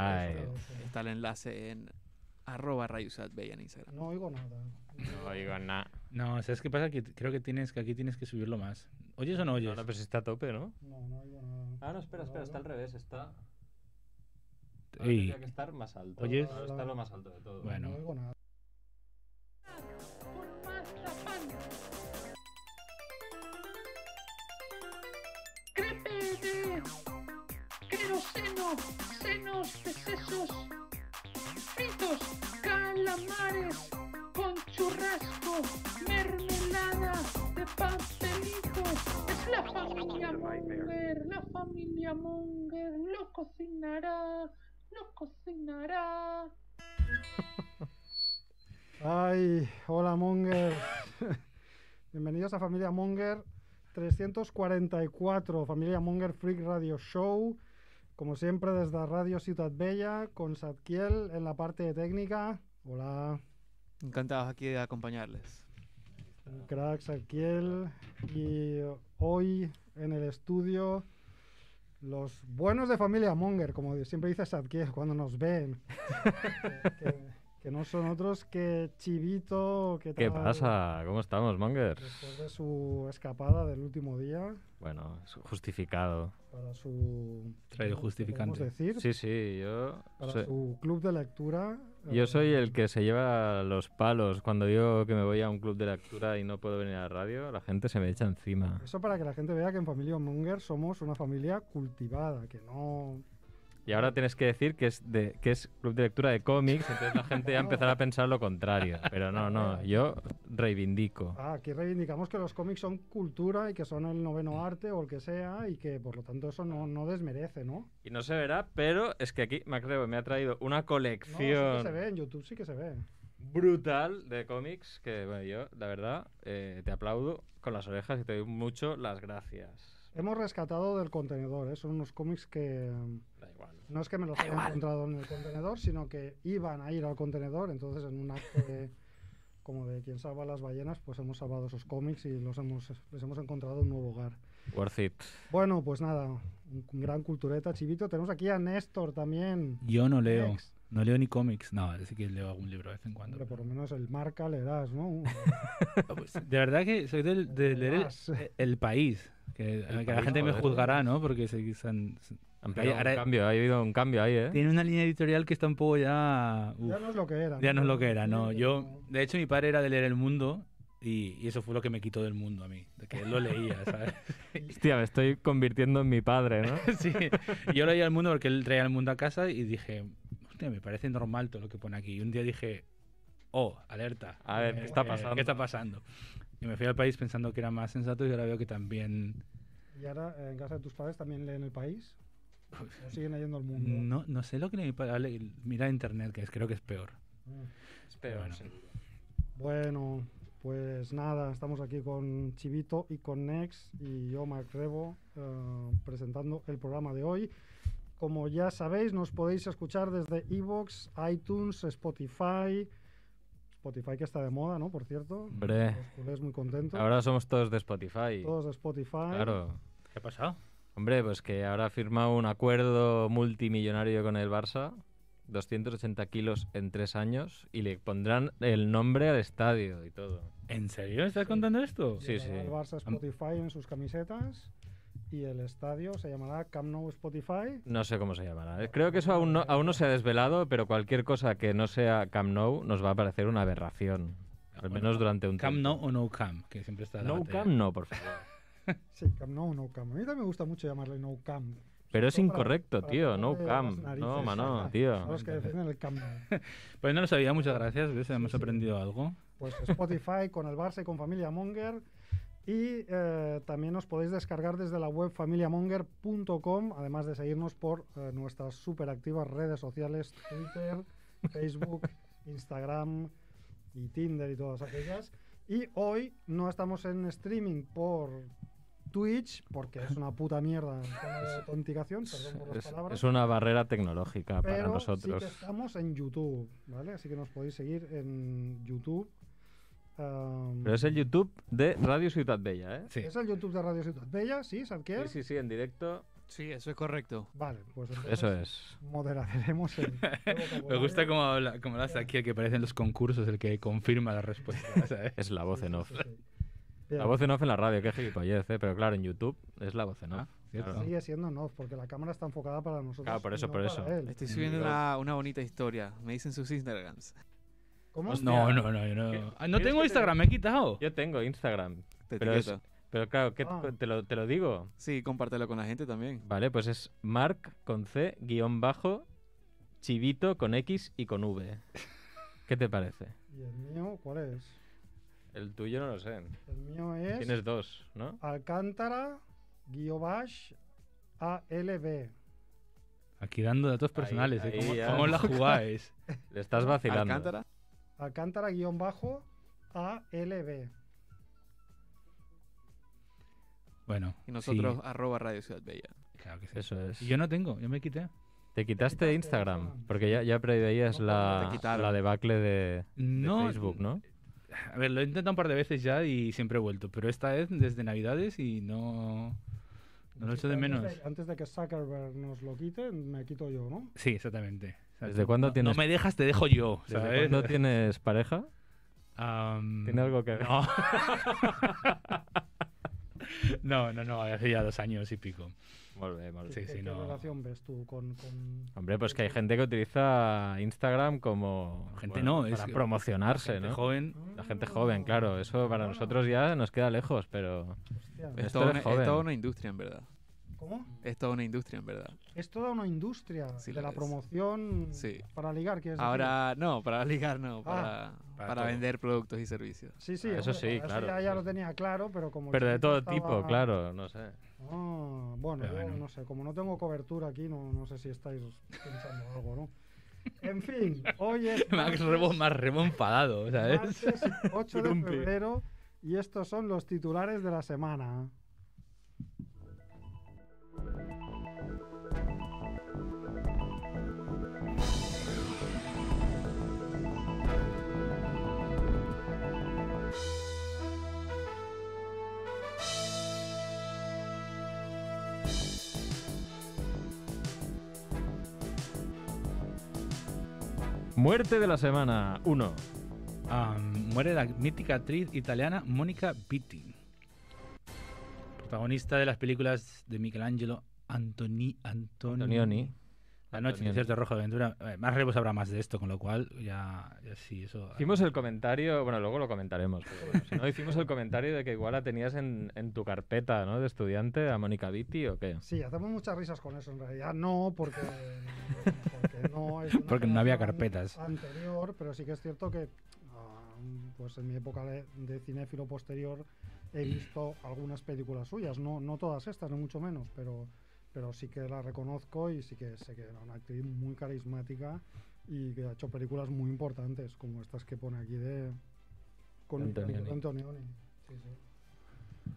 Ay, Está el enlace en arroba rayusatbella en Instagram. No oigo nada. no digo nada. No, ¿sabes qué pasa? Que creo que tienes que aquí tienes que subirlo más. ¿Oyes o no oyes? No, no, pero si está a tope, ¿no? No, no oigo nada. Ah, no, espera, espera, está al revés, está. Ahora Ey. Tendría que estar más alto. Oye. Ahora está lo más alto de todo. Bueno. No oigo nada. Crepete, queroseno, senos de sesos, fritos, calamares, con churrasco, mermelada de pastelito. Es la familia Munger, la familia Munger, lo cocinará, lo cocinará. Ay, hola Monger. Bienvenidos a Familia Monger 344, Familia Monger Freak Radio Show. Como siempre desde Radio Ciudad Bella con Sadkiel en la parte técnica. Hola, Encantados aquí de acompañarles. un crack Sadkiel y hoy en el estudio los buenos de Familia Monger, como siempre dice Sadkiel cuando nos ven. que, que- que no son otros que Chivito, que ¿Qué pasa? ¿Cómo estamos, Monger? Después de su escapada del último día, Bueno, es justificado. para su. Trail justificante. podemos decir? Sí, sí, yo Para soy, su club de lectura. yo soy el que se lleva los palos. Cuando digo que me voy a un club de lectura y no puedo venir a la radio, la gente se me echa encima. Eso para que la gente vea que en Familia Monger somos una familia cultivada, que no. Y ahora tienes que decir que es, de, que es club de lectura de cómics, entonces la gente ya empezará a pensar lo contrario. Pero no, no, yo reivindico. Ah, aquí reivindicamos que los cómics son cultura y que son el Mm. noveno arte o el que sea, y que por lo tanto eso no, no desmerece, ¿no? Y no se verá, pero es que aquí MacRebo me ha traído una No, sí que colección se ve, en YouTube sí que se ve. brutal de cómics que, bueno, yo, la verdad, eh, te aplaudo con las orejas y te doy mucho las gracias. Hemos rescatado del contenedor, ¿eh? son unos cómics que. mm, Da igual. No es que me los haya encontrado en el contenedor, sino que iban a ir al contenedor. Entonces, en un acto de, como de quien salva las ballenas, pues hemos salvado esos cómics y los hemos, les hemos encontrado un nuevo hogar. Worth it. Bueno, pues nada, un gran cultureta, Chivito. Tenemos aquí a Néstor también. Yo no leo. Ex. No leo ni cómics. No, así que leo algún libro de vez en cuando. Ah, pues, Hombre, por lo menos el marca le das, ¿no? De verdad que soy del, de leer el- eh, Más. el, país. Que, que la País, gente me joder. juzgará, ¿no? Porque se, están- se- Han pegado Ahora- un cambio, ha habido un cambio ahí, ¿eh? tiene una línea editorial que está un poco ya. uf, ya no es lo que era. ya no es lo que era, no. Sí, Yo, de hecho, mi padre era de leer El Mundo y, y eso fue lo que me quitó del mundo a mí. De que él lo leía, ¿sabes? Hostia, me estoy convirtiendo en mi padre, ¿no? Sí, yo leía el mundo porque él traía el mundo a casa y dije, hostia, me parece normal todo lo que pone aquí. Y un día dije, oh, alerta. A ver, ¿qué está pasando? ¿Qué está pasando? Y me fui al país pensando que era más sensato y ahora veo que también... Y ahora eh, en casa de tus padres también leen el país. ¿O siguen leyendo el mundo. Pues- No, no sé lo que le Mira internet, que es- creo que es peor. Espero, Bueno. sí. Ah. Bueno, pues nada, estamos aquí con Chivito y con Nex y yo, Marc Rebo, eh, presentando el programa de hoy. Como ya sabéis, nos podéis escuchar desde Evox, iTunes, Spotify. Spotify que está de moda, ¿no? Por cierto. Hombre. Los culés muy contentos. Ahora somos todos de Spotify. Todos de Spotify. Claro. ¿Qué ha pasado? Hombre, pues que ahora ha firmado un acuerdo multimillonario con el Barça, 280 kilos en tres años, y le pondrán el nombre al estadio y todo. ¿En serio? ¿Estás contando esto? Sí, sí. Llevará El Barça Spotify en sus camisetas y el estadio se llamará Camp Nou Spotify. No sé cómo se llamará. Eh, Creo que eso aún no, aún no se ha desvelado, pero cualquier cosa que no sea Camp Nou nos va a parecer una aberración. Al menos durante un Cam no tiempo. o no cam, que siempre está... la No batalla. Camp no, por favor. Sí, Camp Nou, No Camp. A mí también me gusta mucho llamarle No Camp. Pero es Todo para- incorrecto, para tío. tocarle No las Camp. narices No, mano, a- a tío. los que defienden el Camp Nou. Pues no lo sabía, muchas gracias. ¿ves? Hemos aprendido algo. Pues Spotify con el Barça y con Familia Monger. Y eh, también os podéis descargar desde la web familiamonger.com, además de seguirnos por eh, nuestras superactivas redes sociales, Twitter, Facebook, Instagram y Tinder y todas aquellas. Y hoy no estamos en streaming por Twitch, porque es una puta mierda el tema de autenticación, perdón por las Es, palabras. es una barrera tecnológica Ah, para Pero nosotros. Sí que estamos en YouTube, ¿vale? Así que nos podéis seguir en YouTube. Am, Pero es el YouTube de Radio Ciudad Bella, ¿eh? Sí. ¿es el YouTube de Radio Ciudad Bella, sí, ¿sabes qué? Sí, sí, sí, en directo. Sí, eso es correcto. Vale, pues Eso entonces es. moderaremos el Me gusta como habla, como lo hace aquí el que aparece en los concursos, el que confirma la respuesta. ¿sabes? Es la voz en off. La La voz en off en la radio, qué gilipollez, ¿eh? Pero claro, en YouTube es la voz en Ah, off. cierto. Claro. sigue siendo no, porque la cámara está enfocada para nosotros. Claro, por eso, no por para eso. Este, él. Estoy subiendo una, una bonita historia. Me dicen sus Instagrams. ¿Cómo? pues No, no, no, no. Ah, no ¿Quieres que tengo te- Instagram, me he quitado. Yo tengo Instagram, Te pero, es- etiqueto. pero claro, ¿qué- Ah. te, lo, te lo digo. Sí, compártelo con la gente también. Vale, pues es Mark con C, guión bajo, Chivito con X y con V. ¿Qué te parece? ¿Y el mío cuál es? El tuyo no lo sé. El mío es Tienes dos, ¿no? Alcántara Guiobash ALB. Aquí dando datos personales, Ahí- ¿eh? ¿Cómo, ahí ya. cómo la jugáis? Le estás vacilando. Alcántara. Alcántara guión bajo ALB. Bueno, Y sí, nosotros, arroba Radio Ciudad Bella. claro que sí. Eso es. Y Yo no tengo, yo me quité. Te quitaste Instagram, Instagram. porque ya, ya preveías No, la, te quitaron. la debacle de, de No, Facebook, ¿no? A ver, lo he intentado un par de veces ya y siempre he vuelto, pero esta vez desde Navidades y no... No lo echo de Antes menos. antes de que Zuckerberg nos lo quite, me quito yo, ¿no? Sí, exactamente. Exacto. ¿Desde cuándo no, tienes- No me dejas, te dejo yo, ¿Desde ¿sabes? cuándo tienes pareja? Am, ¿Tiene algo que ver? Mm. No. no, no, no, hace ya dos años y pico. Molt bé, molt bé. Sí, ¿Qué, sí, qué no. relación ves tú con, con- Hombre, pues que hay gente que utiliza Instagram como... Gente no, es Para que- promocionarse, Gente ¿no? joven. La gente joven, claro. Eso para Ah, nosotros ya nos queda lejos, pero... hostia. Esto Es toda, es una, es joven. toda una industria, en verdad. ¿Cómo? Es toda una industria, en verdad. Es toda una industria Sí, de la la es. promoción Sí. Ah. para ligar, ¿quieres decir? Ahora, no, para ligar no, para, para para, todo. vender productos y servicios. Sí, sí. Ah, eso hombre, sí, para claro, ya, ya sí. lo tenía claro, pero como. el Pero de chico todo estaba- tipo, claro, no sé. Ah, bueno, Pero yo bueno. no sé, como no tengo cobertura aquí, no, no sé si estáis pensando algo, ¿no? En fin, hoy es Max Rebo, más Rebo enfadado, ¿sabes? martes 8 de Grumpi. febrero y estos son los titulares de la semana. Muerte de la semana 1. Am, Ah, muere la mítica actriz italiana Mónica Vitti, protagonista de las películas de Michelangelo Antoni, Antoni- Antonioni. La noche del Antonioni. desierto rojo de aventura. Eh, Más Rebo sabrá más de esto, con lo cual ya, ya sí, eso... Hicimos el comentario, bueno, luego lo comentaremos. pero bueno, si no, hicimos el comentario de que igual la tenías en, en tu carpeta, ¿no? De estudiante, a Mónica Vitti o qué. Sí, hacemos muchas risas con eso, en realidad no, porque, porque no es una Porque no había generación carpetas. Anterior, pero sí que es cierto que ah, pues en mi época de, de cinéfilo posterior he visto algunas películas suyas, no, no todas estas, ni mucho menos, pero, pero sí que la reconozco y sí que sé que era una actriz muy carismática y que ha hecho películas muy importantes, como estas que pone aquí de... Con Antonioni. Antonioni. Sí, sí.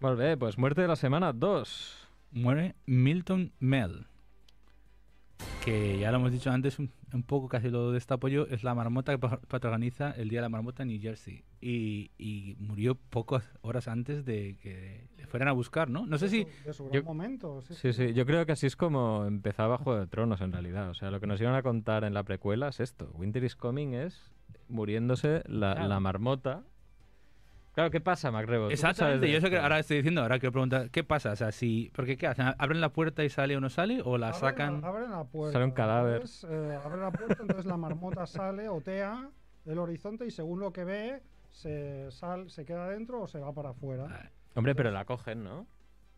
Molt bé, pues muerte de la semana 2. Muere Milton Mel, que ya lo hemos dicho antes, un, un poco casi lo destapo yo, es la marmota que pa- protagoniza el Día de la Marmota en New Jersey. Y, y murió pocas horas antes de que le fueran a buscar, ¿no? No sé si... De su- de su gran yo- momento. Sí, Sí, sí, yo creo que así es como empezaba Juego de Tronos en realidad. O sea, lo que nos iban a contar en la precuela es esto. Winter is Coming es muriéndose la, Claro. la marmota. Claro, ¿qué pasa, Macrebo? Exactamente, yo sé que ahora estoy diciendo, ahora quiero preguntar, ¿qué pasa? O sea, si, porque ¿qué hacen? ¿Abren la puerta y sale o no sale? ¿O la Abren sacan? abren la puerta. Sale un cadáver. entonces, eh, abren la puerta, entonces la marmota sale, otea el horizonte y según lo que ve, se, sal, se queda dentro o se va para afuera. Ah, Hombre, pero la cogen, ¿no?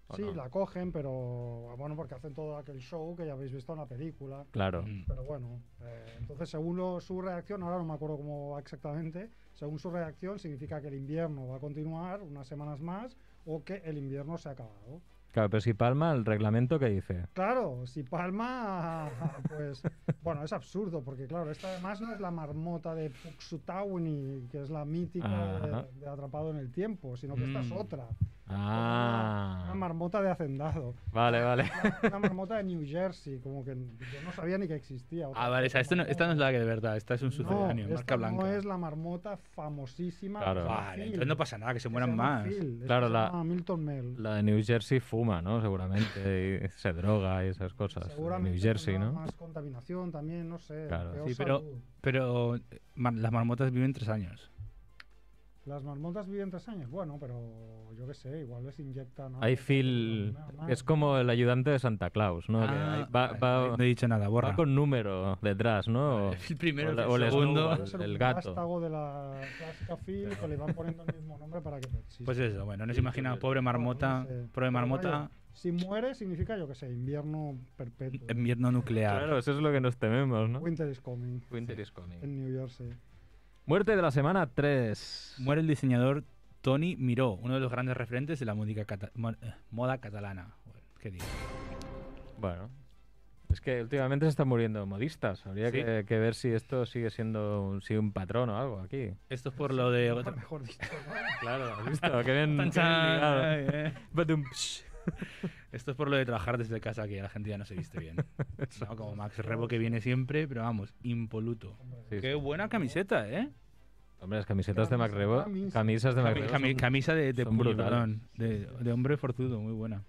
¿O Sí, no? la cogen, pero bueno, porque hacen todo aquel show que ya habéis visto en la película. Claro. Mm. Pero bueno, eh, entonces según lo- su reacción, ahora no me acuerdo cómo va exactamente, según su reacción significa que el invierno va a continuar unas semanas más o que el invierno se ha acabado. Claro, pero si palma el reglamento que dice. Claro, si palma, pues bueno, es absurdo, porque claro, esta además no es la marmota de Puxutauni, que es la mítica de, Ajá. de Atrapado en el Tiempo, sino que esta es Ah, Mm. otra. Una Ah, marmota de hacendado. vale, vale. Una marmota de New Jersey, como que n- yo no sabía ni que existía. Ah, vale, o sea, esta no, esta no es la que de verdad, esta es un sucedáneo, esta marca blanca. No es la marmota famosísima. que Claro. se llama Vale, Phil, entonces no pasa nada, que se que mueran se llama más. Phil, esta Claro, se la- llama Milton Mel. La de New Jersey fuma, ¿no? Seguramente. y se droga y esas cosas. de Seguramente New Jersey, tendrá ¿no? más contaminación también, no sé. Claro. peor Sí, pero- salud. Pero eh, mar- las marmotas viven tres años. Las marmotas viven tres años, bueno, pero yo qué sé, igual les inyectan... algo Hay que Phil. contamina más. Es como el ayudante de Santa Claus, ¿no? Que Ah, ahí va, vale, va- no he dicho nada, borra. va con número detrás, ¿no? El primero, o la- el, o el segundo. Snowball. Puede ser el un gato. vástago de la clásica Phil que le van poniendo el mismo nombre para que no exista. Pues eso, bueno, no se Sí, imagina, sí, sí. pobre marmota, No sé. pobre Pero marmota, vaya, si muere significa, yo qué sé, invierno perpetuo. invierno nuclear. Claro, eso es lo que nos tememos, ¿no? Winter is coming Winter is coming. en New Jersey. Muerte de la semana 3. Muere el diseñador Tony Miró, uno de los grandes referentes de la música cata- mo- eh, moda catalana. Joder, ¿Qué digo? Bueno. Es que últimamente se están muriendo modistas. Habría Sí. que, que ver si esto sigue siendo un, si un patrón o algo aquí. Esto es por lo de... Nunca mejor dicho, ¿no? Claro, ¿has visto? Qué bien- Tan, qué bien tan, ligado. ay, eh. Badum, psh. Esto es por lo de trabajar desde casa, que la gente ya no se viste bien. No, como Max Rebo que viene siempre, pero vamos, impoluto. Sí, Qué sí. buena camiseta, ¿eh? Hombre, las camisetas de Camisa, MacRebo, camisa. camisas de Cami- MacRebo. cami- son- camisa de, de son puño, brutales. perdón, de, de hombre forzudo, muy buena.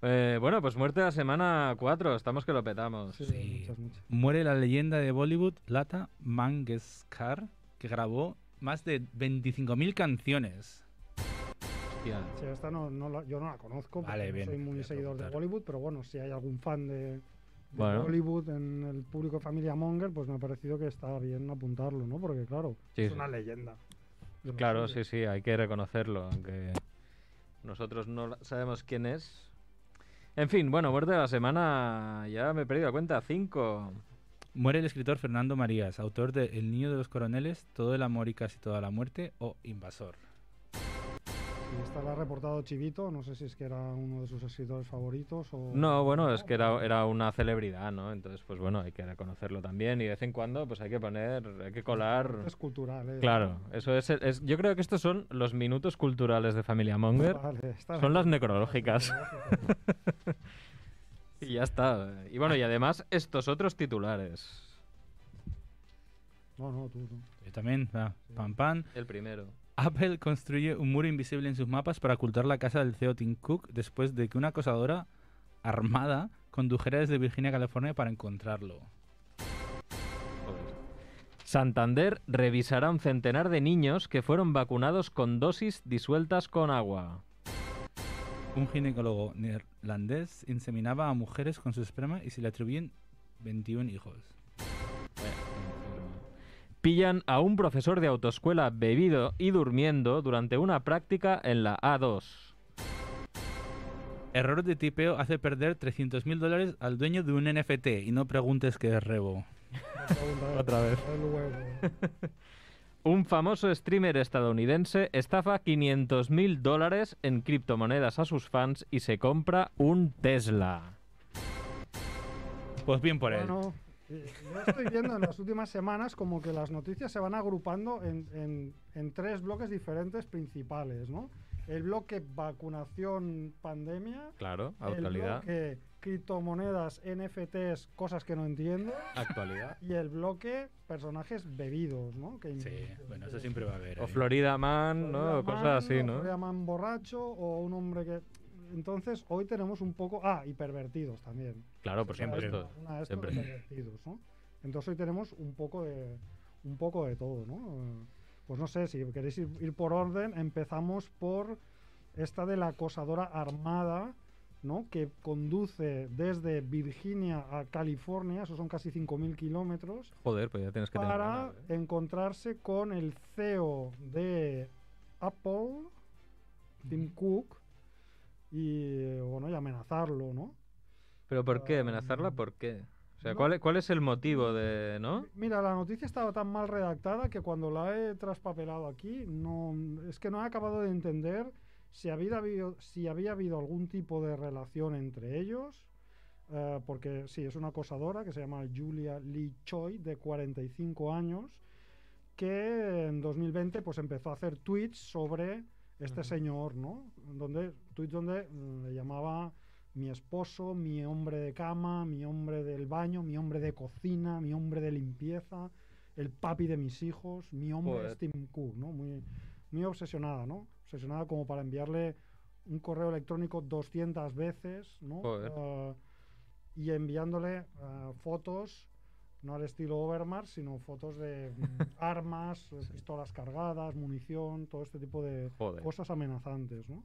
Eh, bueno, pues muerte de la semana 4, estamos que lo petamos. Sí, Sí. muchas, muchas. Muere la leyenda de Bollywood, Lata Mangeshkar, que grabó más de 25.000 canciones. Hostia. Sí, esta no, no la- yo no la conozco, porque Vale, no bien, soy voy muy a seguidor de preguntar. Bollywood, pero bueno, si hay algún fan de, de Bueno. Bollywood en el público de Familia Monger, pues me ha parecido que está bien apuntarlo, ¿no? Porque claro, Sí, es sí. una leyenda. de lo Claro, suyo. sí, sí, hay que reconocerlo, aunque nosotros no la- sabemos quién es. En fin, bueno, muerte de la semana, ya me he perdido la cuenta, 5. Muere el escritor Fernando Marías, autor de El niño de los coroneles, Todo el amor y casi toda la muerte o Invasor. Y esta la ha reportado Chivito, no sé si es que era uno de sus escritores favoritos o... No, bueno, es que era, era una celebridad, ¿no? Entonces, pues bueno, hay que reconocerlo también y de vez en cuando pues hay que poner, hay que colar... Es cultural, ¿eh? Claro, eso es, el- es- Yo creo que estos son los minutos culturales de Familia Monger. Vale, está Son bien. las necrológicas. y ya está. Y bueno, y además estos otros titulares. No, no, tú, tú. Yo también, va, pam pam. El primero. Apple construye un muro invisible en sus mapas para ocultar la casa del CEO Tim Cook después de que una acosadora armada condujera desde Virginia, California para encontrarlo. Santander revisará un centenar de niños que fueron vacunados con dosis disueltas con agua. Un ginecólogo neerlandés inseminaba a mujeres con su esperma y se le atribuyen 21 hijos. Pillan a un profesor de autoescuela bebido y durmiendo durante una práctica en la A2. Error de tipeo hace perder 300.000 dólares al dueño de un NFT y no preguntes qué es Rebo. Otra vez. El huevo. Un famoso streamer estadounidense estafa 500.000 dólares en criptomonedas a sus fans y se compra un Tesla. Pues bien por él. Bueno, eh, yo estoy viendo en las últimas semanas como que las noticias se van agrupando en, en- en tres bloques diferentes principales, ¿no? El bloque vacunación pandemia, Claro, actualidad. el bloque criptomonedas, NFTs, cosas que no entiendo, Actualidad. y el bloque personajes bebidos, ¿no? Que Sí, bueno, eso siempre va a haber. O ahí. Florida Man, ¿no? Florida Man, Cosas así, o ¿no? Florida Man borracho o un hombre que... Entonces, hoy tenemos un poco... Ah, y pervertidos también. Claro, por Se me ha Siempre. supuesto. hecho Una de estos Siempre. pervertidos, ¿no? Entonces hoy tenemos un poco de, un poco de todo, ¿no? Eh, Pues no sé, si queréis ir, ir por orden, empezamos por esta de la acosadora armada, ¿no? Que conduce desde Virginia a California, esos son casi 5.000 kilómetros, Joder, pues ya tienes que tener para ganas, ¿eh? encontrarse con el CEO de Apple, Tim Cook, y, eh, bueno, y amenazarlo, ¿no? Pero ¿por qué? ¿Amenazarla? ¿Por qué? O sea, ¿cuál, cuál es el motivo de, no? Mira, la noticia estaba tan mal redactada que cuando la he traspapelado aquí, no, es que no he acabado de entender si había habido, si había habido algún tipo de relación entre ellos. eh, porque sí, es una acosadora que se llama Julia Lee Choi, de 45 años, que en 2020 pues, empezó a hacer tweets sobre este Ujú. señor, ¿no? Donde, tweets donde mm, le llamaba mi esposo, mi hombre de cama, mi hombre del baño, mi hombre de cocina, mi hombre de limpieza, el papi de mis hijos, mi hombre Joder. es Tim Cook, ¿no? Muy, muy obsesionada, ¿no? Obsesionada como para enviarle un correo electrónico 200 veces, ¿no? Joder. Ah, y enviándole ah, fotos, no al estilo Overmars, sino fotos de mm, armas, eh, pistolas cargadas, munición, todo este tipo de Joder. cosas amenazantes, ¿no?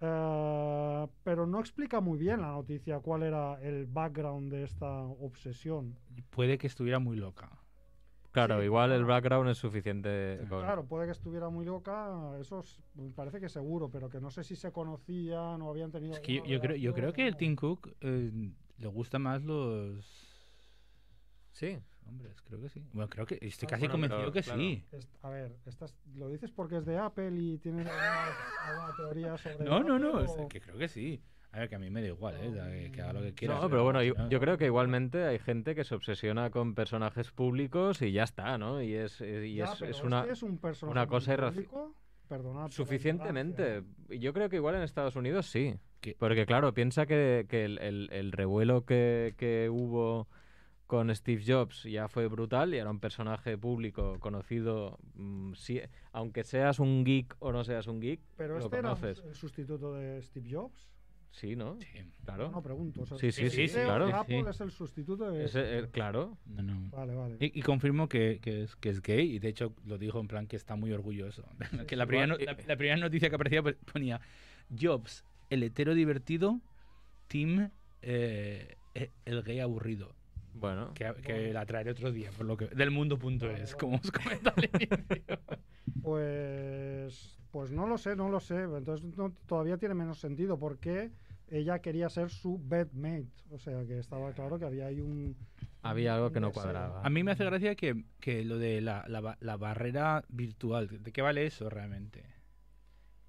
Ah, pero no explica muy bien la noticia cuál era el background de esta obsesión. Puede que estuviera muy loca. Claro, Sí, igual el claro. background es suficiente. con- Claro, puede que estuviera muy loca, eso es- me parece que seguro, pero que no sé si se conocían o habían tenido. Es que yo, una yo creo, yo creo que el Tim relación Cook eh, le gusta más los Sí. hombres, creo que sí. Bueno, creo que estoy Ah, casi bueno, convencido pero, que claro. sí. o- Est- A ver, estás- ¿lo dices porque es de Apple y tienes alguna, alguna teoría sobre.? No, no, Apple no, o- es que creo que sí. A ver, que a mí me da igual, ¿eh? O sea, que- Que haga lo que quiera. No, pero bueno, yo, no, yo creo que igualmente hay gente que se obsesiona con personajes públicos y ya está, ¿no? Y es, eh, y Ya, es, pero es este una... es un personaje una cosa irraci- público, perdonad por la Suficientemente. ignorancia. Y Yo creo que igual en Estados Unidos sí. Que- Porque claro, piensa que, que el, el- el revuelo que, que hubo con Steve Jobs ya fue brutal y era un personaje público conocido. mm, sí, aunque seas un geek o no seas un geek, Pero lo este era conoces. el sustituto de Steve Jobs. Sí, ¿no? Sí. Claro. No pues, pregunto. o sea, Sí, sí, el sí, sí, CEO de claro. Apple Sí. es el sustituto de. Ese, eh, claro. No, no. Vale, vale. Y, y confirmo que, que es, que es gay y de hecho lo dijo en plan que está muy orgulloso. que la, sí, primera, igual- no- la, la primera noticia que aparecía pues, ponía Jobs, el hetero divertido, Tim, eh, eh, el gay aburrido. Bueno. Que, que la traeré otro día, por lo que... Del mundo.es, como os comentaba. al inicio. Pues, pues no lo sé, no lo sé. Entonces no- todavía tiene menos sentido porque ella quería ser su bedmate. O sea que estaba claro que había ahí un. Había algo que no Sí. cuadraba. A mí me hace gracia que, que lo de la, la ba- la barrera virtual, ¿de qué vale eso realmente?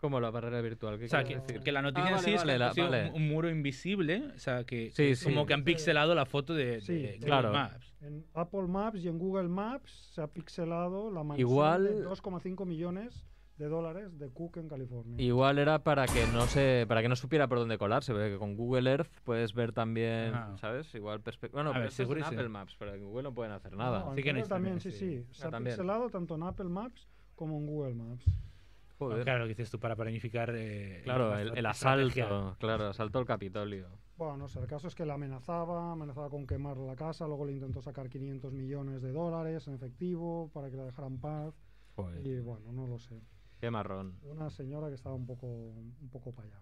Como la barrera virtual. ¿qué O sea, quieres que, decir? que la noticia Ah, en sí vale, es que vale, han la- puesto vale. un- un muro invisible, o sea, que Sí, es como sí. que han pixelado la foto de, de Sí, Google claro. Maps. En Apple Maps y en Google Maps se ha pixelado la mansión Igual- de 2,5 millones de dólares de Cook en California. Igual era para que no se, para que no supiera por dónde colarse, porque con Google Earth puedes ver también, Ah. ¿sabes? Igual perspectiva. Bueno, A pero ver, esto es en seguro que sí. Apple Maps, pero en Google no pueden hacer No, nada. en sí que en Google Instagram, también, sí, sí. sí. Se Ah, ha también. pixelado tanto en Apple Maps como en Google Maps. Joder. Claro, lo que dices tú, para planificar... eh, Claro, la el, el estra- estrategia. asalto, claro, el asalto al Capitolio. Bueno, no sé, el caso es que la amenazaba, amenazaba con quemar la casa, luego le intentó sacar 500 millones de dólares en efectivo para que la dejaran paz. Joder. Y bueno, no lo sé. Qué marrón. Una señora que estaba un poco, un poco para allá.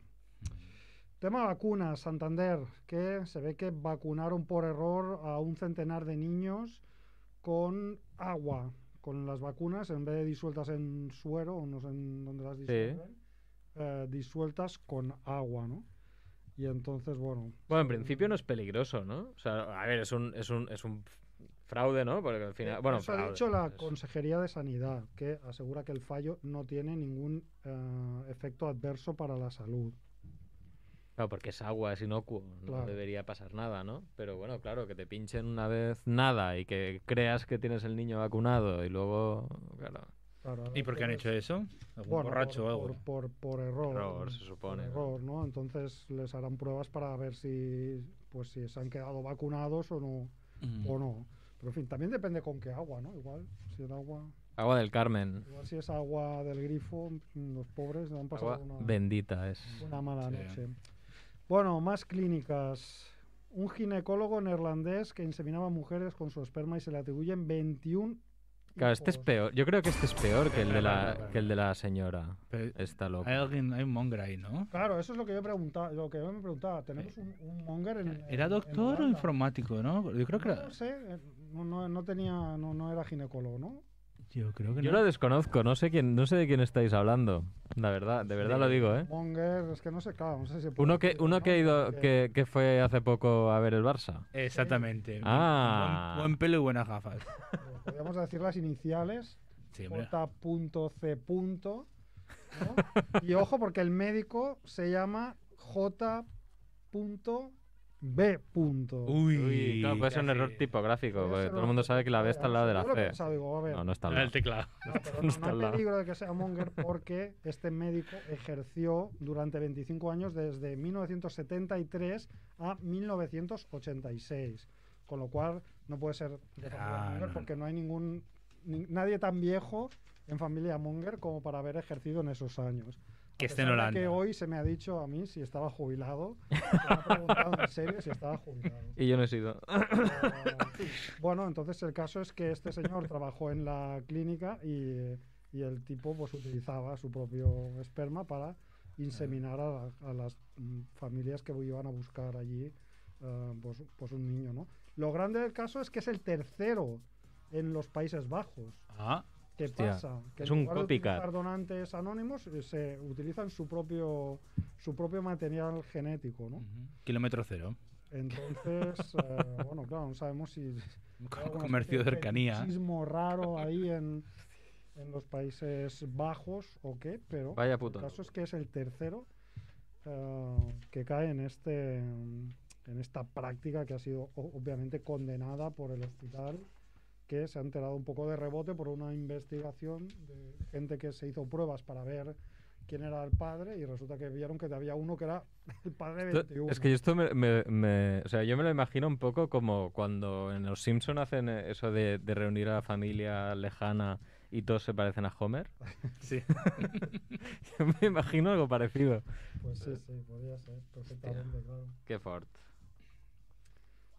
Tema vacunas, Santander, que se ve que vacunaron por error a un centenar de niños con agua, con las vacunas, en vez de disueltas en suero, o no sé en dónde las disuelven, eh, disueltas con agua, ¿no? Y entonces, bueno, Bueno, en principio no es peligroso, ¿no? O sea, a ver, es un, es un, es un fraude, ¿no? Porque al final, Eh, bueno, eso ha fraude, dicho la es- Consejería de Sanidad, que asegura que el fallo no tiene ningún eh, efecto adverso para la salud. Claro, porque es agua, es inocuo, no Claro. debería pasar nada, ¿no? Pero bueno, claro, que te pinchen una vez nada y que creas que tienes el niño vacunado y luego, claro, Claro, ¿Y por qué han hecho entonces, eso? ¿Algún bueno, borracho por, o algo? Por, por- por error. error, se por supone, ¿no? error, ¿no? Entonces les harán pruebas para ver si, pues, si se han quedado vacunados o no, Mm. o no. Pero en fin, también depende con qué agua, ¿no? Igual, si el agua, agua del Carmen. igual si es agua del grifo, mm, los pobres le han pasado Agua una- bendita es. Una mala Sí. noche. Bueno, más clínicas. Un ginecólogo neerlandés que inseminaba mujeres con su esperma y se le atribuyen 21. Claro, este es hijos. peor. Yo creo que este es peor que el de Espera, espera, la, espera. que el de la señora. Pero Está hay loco. alguien, hay un monger ahí, ¿no? Claro, eso es lo que yo preguntaba, lo que yo me preguntaba. Tenemos un, un monger en en- ¿Era en doctor o Holanda. informático, no? Yo creo que No, era... lo sé, eh, no, no- no tenía, no, no era ginecólogo, ¿no? Yo creo que Yo no. lo desconozco, no sé quién, no sé de quién estáis hablando. La verdad, de verdad lo digo, eh. Monger, es que no sé, claro, no sé si se puede Uno que, decir, uno ¿no? que ha ido, Porque- que, que fue hace poco a ver el Barça. Exactamente. Ah. Buen, buen pelo y buenas gafas. Podríamos decir las iniciales, Sí, hombre. J.C. punto, ¿no? y ojo porque el médico se llama J.M. B. Punto. Uy, Uy, claro, puede ser un casi. error tipográfico, Puede porque ser todo el un- mundo sabe que la B está al lado de la Yo lo he C. pensado, digo, a ver, No, no está al Era el lado. teclado. no, pero no no está al hay lado. peligro de que sea Monger porque este médico ejerció durante 25 años, desde 1973 a 1986. Con lo cual, no puede ser de familia Ah, Monger no, porque no hay ningún ni- nadie tan viejo en familia Monger como para haber ejercido en esos años. A Que esté pesar en de Holanda. Que hoy se me ha dicho a mí si estaba jubilado. se me ha preguntado en serio si estaba jubilado. Y yo no he sido. Eh, bueno, entonces el caso es que este señor trabajó en la clínica y, y el tipo pues utilizaba su propio esperma para inseminar a, a las mm, familias que iban a buscar allí eh, pues, pues un niño, ¿no? Lo grande del caso es que es el tercero en los Países Bajos. Ah, ¿Qué Hostia, pasa? Que es en un lugar de copycat. utilizar donantes anónimos eh, se utilizan su propio su propio material genético, Mm. ¿no? ujú. kilómetro cero. Entonces, eh, bueno, claro, no sabemos si Co- Alguna Comercio de especie cercanía. fetichismo raro ahí en, en los Países Bajos o qué, pero Vaya el puto. caso es que es el tercero eh, que cae en este en esta práctica que ha sido o- obviamente condenada por el hospital que se ha enterado un poco de rebote por una investigación de gente que se hizo pruebas para ver quién era el padre y resulta que vieron que había uno que era el padre de Esto- 21. es que yo esto me, me- me- o sea, yo me lo imagino un poco como cuando en los Simpson hacen eh, eso de, de reunir a la familia lejana y todos se parecen a Homer. Sí. Yo me imagino algo parecido. Pues sí, sí, podría ser perfectamente, claro. Qué fuerte.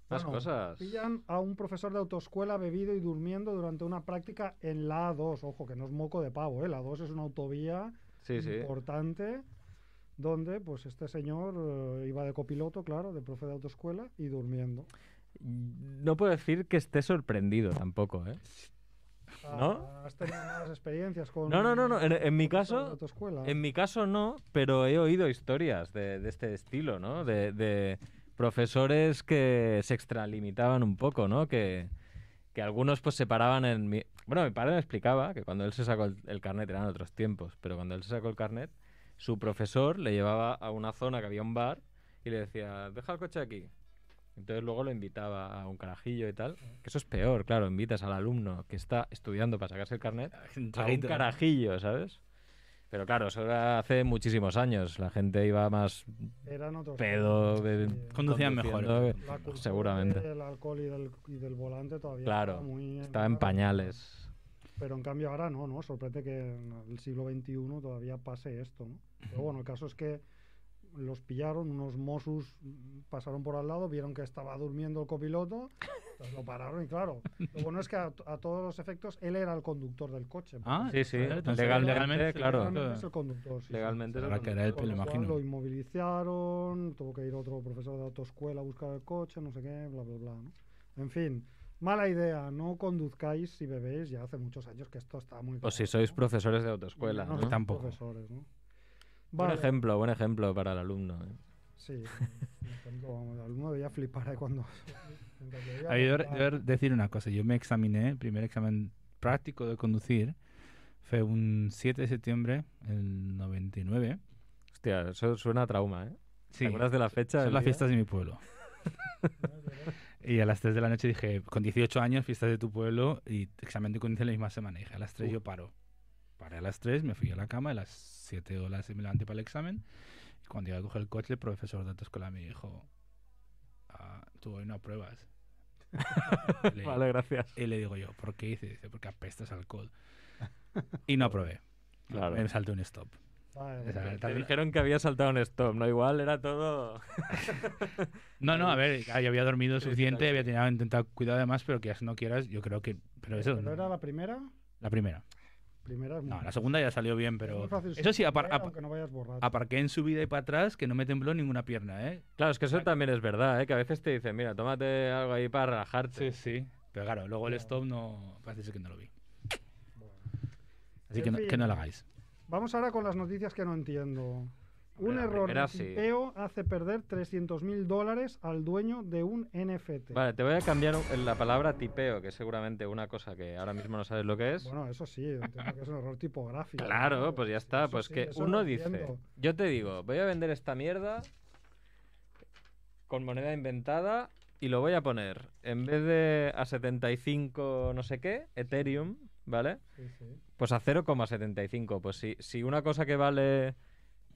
Más Bueno, cosas. Pillan a un profesor de autoescuela bebido y durmiendo durante una práctica en la A2. Ojo, que no es moco de pavo, ¿eh? La A2 es una autovía Sí, sí. importante donde pues este señor eh, iba de copiloto, claro, de profe de autoescuela y durmiendo. No puedo decir que esté sorprendido tampoco, ¿eh? ¿No? ¿Has tenido malas experiencias con No, no, no, no, en- en mi profesores de caso, autoescuela? En mi caso no, pero he oído historias de, de este estilo, ¿no? De, de profesores que se extralimitaban un poco, ¿no? Que, que algunos pues se paraban en... Mi... Bueno, mi padre me explicaba que cuando él se sacó el, el carnet eran otros tiempos, pero cuando él se sacó el carnet, su profesor le llevaba a una zona que había un bar y le decía, deja el coche aquí. Entonces luego lo invitaba a un carajillo y tal. Que eso es peor, claro, invitas al alumno que está estudiando para sacarse el carnet a un Traguito. carajillo, ¿sabes? Pero claro, eso era hace muchísimos años. La gente iba más Eran otros pedo, tiempos, be- sí. Conducían mejor. conduciendo, por que- La cultura seguramente. del alcohol y del, y del volante todavía Claro, estaba muy Estaba en claro. pañales. Pero en cambio ahora no, ¿no? Sorprende que en el siglo XXI todavía pase esto, ¿no? Pero bueno, el caso es que los pillaron, unos Mossus mm, pasaron por al lado, vieron que estaba durmiendo el copiloto, pues lo pararon y claro. Lo bueno es que a, a todos los efectos él era el conductor del coche. porque Ah, Sí, sí, Claro, entonces, legalmente, legalmente, claro. realmente es el conductor. sí, sí. Legalmente Habrá lo que era él, conductor. pero Con me lo cual imagino. Lo inmovilizaron, tuvo que ir otro profesor de autoescuela a buscar el coche, no sé qué, bla, bla, bla. ¿no? En fin, mala idea, no conduzcáis si bebéis, ya hace muchos años que esto está muy... O si claro, sois ¿no? profesores de autoescuela. Y menos ¿no? los Tampoco. profesores, ¿no? Buen Vale, ejemplo, buen ejemplo para el alumno. ¿eh? Sí, por ejemplo, vamos, el alumno debía flipar ahí cuando... cuando veía A ver, yo la- de- de- decir una cosa. Yo me examiné, el primer examen práctico de conducir fue un 7 de septiembre del 99. Hostia, eso suena a trauma, ¿eh? Sí, ¿Te acuerdas de la fecha? son del las día? fiestas de mi pueblo. y a las 3 de la noche dije, con 18 años, fiestas de tu pueblo y examen de conducir la misma semana. Dije, a las 3 yo paro. Paré a las 3, me fui a la cama, a las 7 o las 6 me levanté para el examen. Y cuando iba a coger el coche, el profesor de autoescuela me dijo, ah, tú hoy no apruebas. Le- Vale, gracias. y le digo yo, ¿por qué hice? Dice, porque apestas a alcohol. Y no aprobé. Claro. Me salté un stop. Vale, O sea, vale. Te tal- dijeron que había saltado un stop, ¿no? Igual era todo... No, Eh, no, a ver, claro, yo había dormido Sí, suficiente, claro. había tenido intentado cuidado además, pero que así no quieras, yo creo que. Pero eso. Pero era la primera, La primera. primera es muy No, la fácil. segunda ya salió bien, Es pero. muy fácil Eso sí, apar- suspender, apar- aunque no vayas borracho. aparqué en subida y para atrás, que no me tembló ninguna pierna, ¿eh? Claro, es que eso también es verdad, ¿eh? Que a veces te dicen, mira, tómate algo ahí para relajarte. Sí, sí. Pero claro, luego el stop no. Parece ser que no lo vi. Así que En no, fin. que no lo hagáis. Vamos ahora con las noticias que no entiendo. Hombre, Un la error primera de sí. tipeo hace perder 300.000 dólares al dueño de un NFT. Vale, te voy a cambiar un- la palabra tipeo, que es seguramente una cosa que ahora mismo no sabes lo que es. Bueno, eso sí, entiendo que es un error tipográfico. pues- claro, ¿no? pues ya está. Eso Pues sí, que eso lo uno dice, entiendo. yo te digo, voy a vender esta mierda con moneda inventada y lo voy a poner en vez de a 75 no sé qué, Ethereum, ¿vale? Sí, sí. Pues a 0,75. Pues si, si una cosa que vale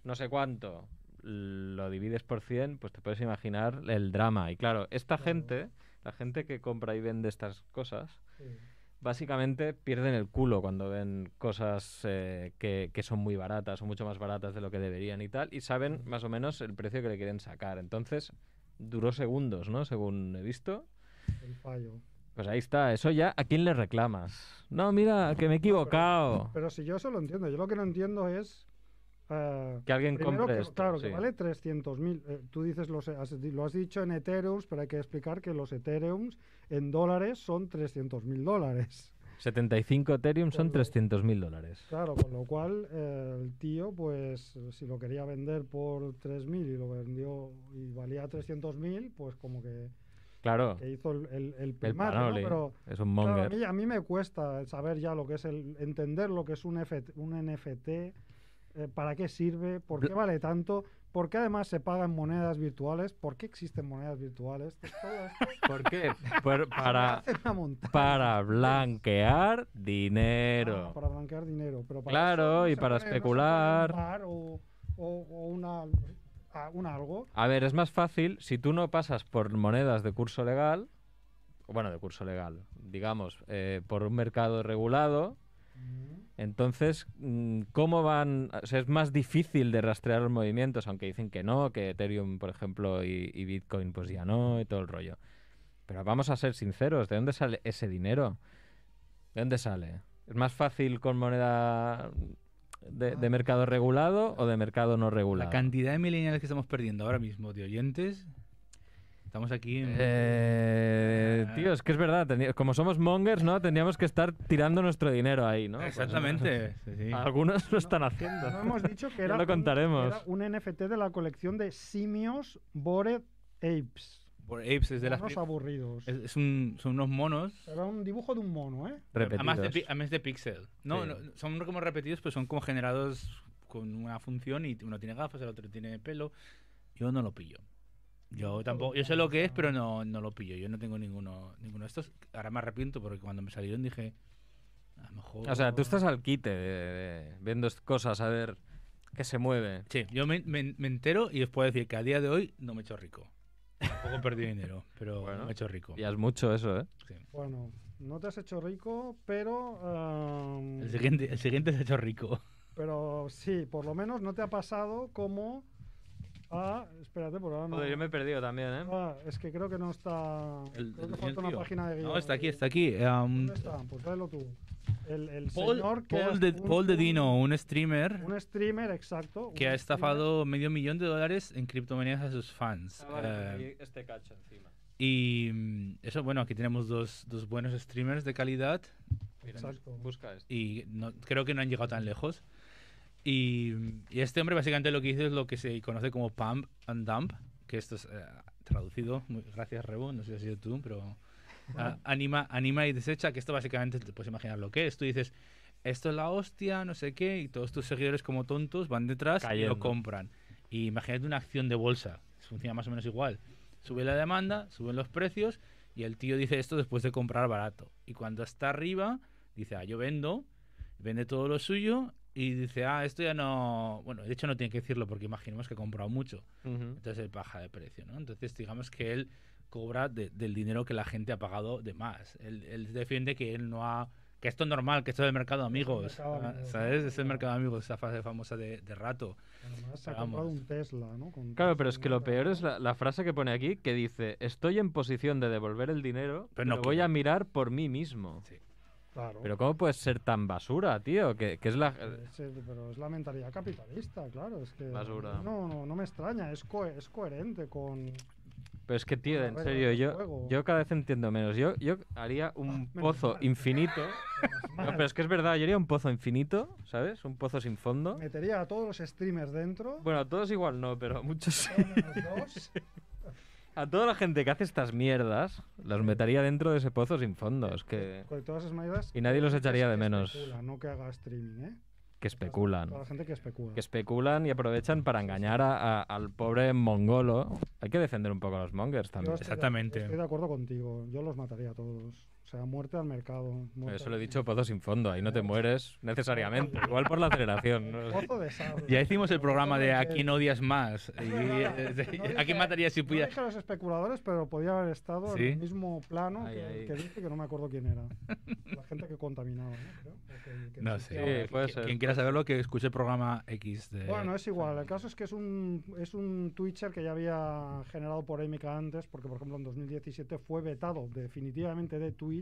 no sé cuánto lo divides por 100, pues te puedes imaginar el drama. Y claro, esta Claro. gente, la gente que compra y vende estas cosas, sí. básicamente pierden el culo cuando ven cosas eh, que, que son muy baratas o mucho más baratas de lo que deberían y tal, y Mm. saben más o menos el precio que le quieren sacar. Entonces, duró segundos, ¿no? Según he visto. El fallo. Pues ahí está, eso ya, ¿a quién le reclamas? No, mira, que me he equivocado. Pero si yo eso lo entiendo, yo lo que no entiendo es... eh, Que alguien primero compre que- esto, claro, sí. que vale 300.000. eh, tú dices, los, has- lo has dicho en Ethereum, pero hay que explicar que los Ethereums en dólares son 300.000 dólares. 75 Ethereum son Por lo- 300.000 dólares. Claro, con lo cual eh, el tío, pues eh, si lo quería vender por 3.000 y lo vendió y valía 300.000, pues como que, Claro, que hizo el, el, el el primate, ¿no? panoli Pero es un claro, a, monger. mí, a mí me cuesta saber ya lo que es el, entender lo que es un, FT un NFT, eh, para qué sirve, por qué vale tanto, por qué además se pagan monedas virtuales, por qué existen monedas virtuales. Pues Todo esto ¿Por qué? Por- para, hace una montaña. para blanquear dinero. Para blanquear dinero. Pero para Claro, eso y se para pone- no se pone especular. un bar o, o- o una, a- un algo. A ver, es más fácil si tú no pasas por monedas de curso legal, o bueno, de curso legal, digamos, eh, por un mercado regulado, entonces, mm, ¿cómo van? O sea, es más difícil de rastrear los movimientos, aunque dicen que no, que Ethereum, por ejemplo, y, y Bitcoin, pues ya no, y todo el rollo. Pero vamos a ser sinceros, ¿de dónde sale ese dinero? ¿De dónde sale? ¿Es más fácil con moneda de, de mercado regulado o de mercado no regulado? La cantidad de millennials que estamos perdiendo ahora mismo de oyentes. Estamos aquí en. Eh, Ah. tío, es que es verdad. teni- Como somos mongers, ¿no? Teníamos que estar tirando nuestro dinero ahí, ¿no? Pues, Exactamente. sí, sí. eh, Ah, algunos lo están haciendo. No hemos dicho que era, lo un- contaremos. era Un, NFT de la colección de simios Bored Apes. Por Apes es de las. Unos prim- aburridos. es- es un- son unos monos. Era un dibujo de un mono, ¿eh? Repetidos. Además de, pi- además de pixel. No, Sí. no, son como repetidos, pero son como generados con una función y uno tiene gafas, el otro tiene pelo. Yo no lo pillo. Yo tampoco, yo sé lo que es, pero no, no lo pillo. Yo no tengo ninguno, ninguno de estos. Ahora me arrepiento porque cuando me salieron dije, a lo mejor. O sea, tú estás al quite de- de- viendo est- cosas, a ver qué se mueve. Sí, yo me, me- me entero y os puedo decir que a día de hoy no me he hecho rico. Tampoco he perdido dinero, pero Bueno, no me he hecho rico. Ya es mucho eso, ¿eh? Sí. Bueno, no te has hecho rico, pero. ehm, El siguiente, el siguiente se ha hecho rico. Pero sí, por lo menos no te ha pasado como. Ah, espérate, por ahora no. Joder, yo me he perdido también, ¿eh? Ah, es que creo que no está. creo El- que el- el falta una tío. página de No, guión está aquí, está aquí. Eh, um, ¿Dónde está? Pues tráelo tú. El, el Paul, señor que Paul es de, un- Paul de Dino, un streamer Un streamer, exacto. que un ha streamer. estafado medio millón de dólares en criptomonedas a sus Ah, fans. Eh, este cacho encima. y mm, eso, bueno, aquí tenemos dos, dos buenos streamers de calidad Exacto. Busca esto. y no- creo que no han llegado tan lejos. Y, mm, y este hombre básicamente lo que hizo es lo que se conoce como pump and dump, que esto es eh, traducido, muy- gracias Rebo, no sé si has sido tú, pero ah, anima, anima y desecha, que esto básicamente te puedes imaginar lo que es. Tú dices, esto es la hostia, no sé qué, y todos tus seguidores como tontos van detrás y Cayendo. lo compran. Y imagínate una acción de bolsa, funciona más o menos igual. Sube la demanda, suben los precios y el tío dice esto después de comprar barato. Y cuando está arriba, dice, ah, yo vendo, vende todo lo suyo y dice, ah, esto ya no... Bueno, de hecho no tiene que decirlo porque imaginemos que ha comprado mucho. Entonces él baja de precio, ¿no? Entonces digamos que él cobra de- del dinero que la gente ha pagado de más. Él, él defiende que él no ha... Que esto es normal, que esto es el mercado de amigos. mercado de ah, amigos, ¿Sabes? Es el claro. mercado de amigos, esa frase famosa de, de rato. Además, se ha Vamos. comprado un Tesla, ¿no? Con Claro, todo pero ese es que lo dinero. peor es la, la frase que pone aquí, que dice, estoy en posición de devolver el dinero, Pero no pero voy quiero". a mirar por mí mismo. Sí. Claro. Pero ¿cómo puedes ser tan basura, tío? Que, que es la... Ese- pero es la mentalidad capitalista, claro. Es que Basura. No, no, no me extraña. Es, co- es coherente con. Pero es que, tío, Una en regla serio, del yo, juego. yo cada vez entiendo menos. Yo, yo haría un menos pozo mal. infinito. No, pero es que es verdad, yo haría un pozo infinito, ¿sabes? Un pozo sin fondo. Metería a todos los streamers dentro. Bueno, a todos igual no, pero a muchos sí. todos menos dos. A toda la gente que hace estas mierdas, los metería dentro de ese pozo sin fondo. Es que... Con todas esas medidas. Y nadie los echaría de menos. no que haga streaming, ¿eh? que especulan. Toda la gente que especula. Que especulan y aprovechan para engañar a- a- al pobre mongolo. Hay que defender un poco a los mongers Yo también. estoy de- Exactamente. estoy de acuerdo contigo. Yo los mataría a todos. O sea, muerte al mercado. muerte Eso lo he al- dicho pozo sin fondo, ahí no te mueres necesariamente, igual por la aceleración. ¿no? Pozo de sable. Ya hicimos el programa de Pozo A quién odias más. Y, eh, dije- ¿A quién matarías si No dije pudieras? a los especuladores, pero podía haber estado ¿Sí? en el mismo plano Ahí, que, ahí. que dije, que no me acuerdo quién era. La gente que contaminaba, ¿no? Creo, o que- que No sí. sé. Sí, puede Quien- ser. Quien quiera saberlo, que escuche el programa X de. Bueno, es igual. El caso es que es un, es un Twitcher que ya había generado polémica antes, porque, por ejemplo, en 2017 fue vetado definitivamente de Twitch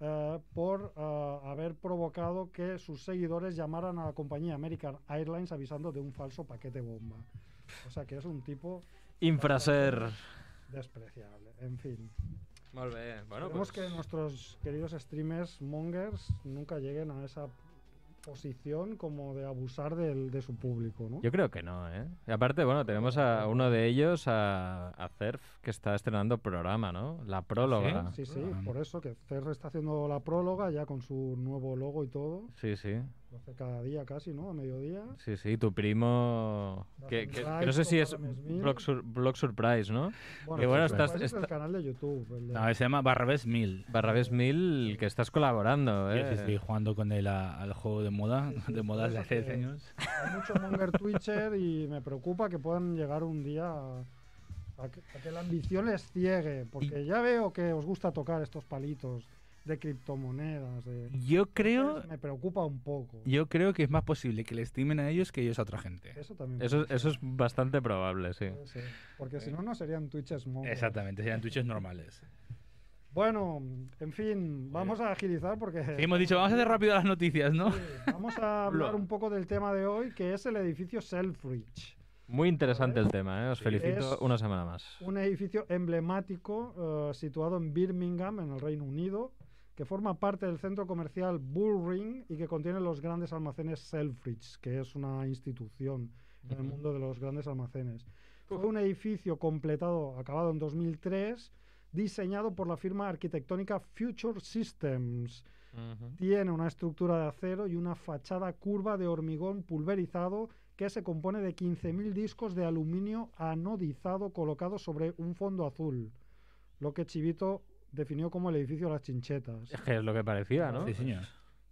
eh, por eh, haber provocado que sus seguidores llamaran a la compañía American Airlines avisando de un falso paquete bomba. O sea que es un tipo Infraser. despreciable. En fin. Molt bé, bueno, pues, Esperemos que nuestros queridos streamers mongers nunca lleguen a esa posición como de abusar del- de su público, ¿no? Yo creo que no, ¿eh? Y aparte, bueno, tenemos a uno de ellos, a, a Cerf, que está estrenando programa, ¿no? La próloga. Sí, sí, Ah. por eso que Cerro está haciendo la próloga ya con su nuevo logo y todo. Sí, sí, Lo hace cada día casi, ¿no? A mediodía. sí, sí, tu primo... Que, que- que no sé si es Blog, Sur- Blog Surprise, ¿no? Que bueno, sí, estás- pues es el está- canal de YouTube. el de- No, se llama Barrabés 1000. Barrabés Mil, que estás colaborando, Yo sí ¿eh? estoy jugando con él a- al juego de moda, Sí, sí, de moda de eso hace que- 10 años. Hay mucho monger twitcher y me preocupa que puedan llegar un día a, a que, a que la ambición les ciegue. Porque ya veo que os gusta tocar estos palitos de criptomonedas. de- Yo creo, Me preocupa un poco. yo creo que es más posible que le estimen a ellos que ellos a otra gente. Eso también. Eso, puede eso ser, es bastante probable, sí. puede ser. Porque si no, no serían twitches mongers. Exactamente, serían twitches normales. Bueno, en fin, vamos a agilizar porque Sí, hemos dicho, vamos a hacer rápido las noticias, ¿no? vamos a hablar un poco del tema de hoy, que es el edificio Selfridge. Muy interesante el tema, ¿eh? Os Sí. felicito Es una semana más. Un edificio emblemático eh, situado en Birmingham, en el Reino Unido, que forma parte del centro comercial Bullring y que contiene los grandes almacenes Selfridge, que es una institución en el mundo de los grandes almacenes. Fue un edificio completado, acabado en 2003, diseñado por la firma arquitectónica Future Systems. Tiene una estructura de acero y una fachada curva de hormigón pulverizado que se compone de 15.000 discos de aluminio anodizado colocados sobre un fondo azul, lo que Chivito definió como el edificio de las chinchetas. Es que es lo que parecía, ¿no? Sí, señor.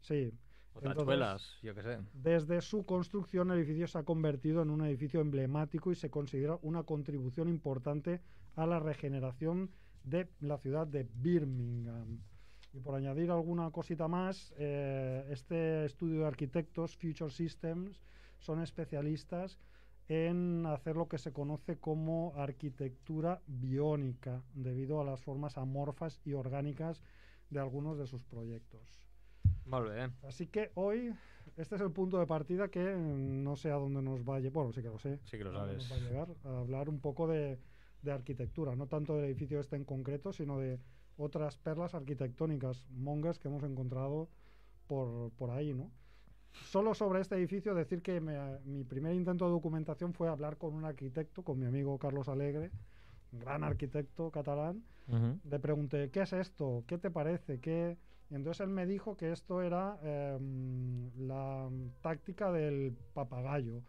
Sí, O Entonces- tachuelas, yo qué sé. desde su construcción el edificio se ha convertido en un edificio emblemático y se considera una contribución importante a la regeneración de la ciudad de Birmingham. Y por añadir alguna cosita más, eh, este estudio de arquitectos, Future Systems, son especialistas en hacer lo que se conoce como arquitectura biónica, debido a las formas amorfas y orgánicas de algunos de sus proyectos. Molt bé. Así que hoy, este es el punto de partida que mm, no sé a dónde nos va a llevar, bueno, sí que lo sé, Sí que lo a dónde sabes. nos va a llegar, a hablar un poco de, de arquitectura, no tanto del edificio este en concreto, sino de otras perlas arquitectónicas, mongas que hemos encontrado por, por ahí, ¿no? Solo sobre este edificio decir que me- mi primer intento de documentación fue hablar con un arquitecto, con mi amigo Carlos Alegre, un gran arquitecto catalán, Ujú. le pregunté, ¿qué es esto? ¿Qué te parece? ¿Qué? Y entonces él me dijo que esto era em, la táctica del papagayo.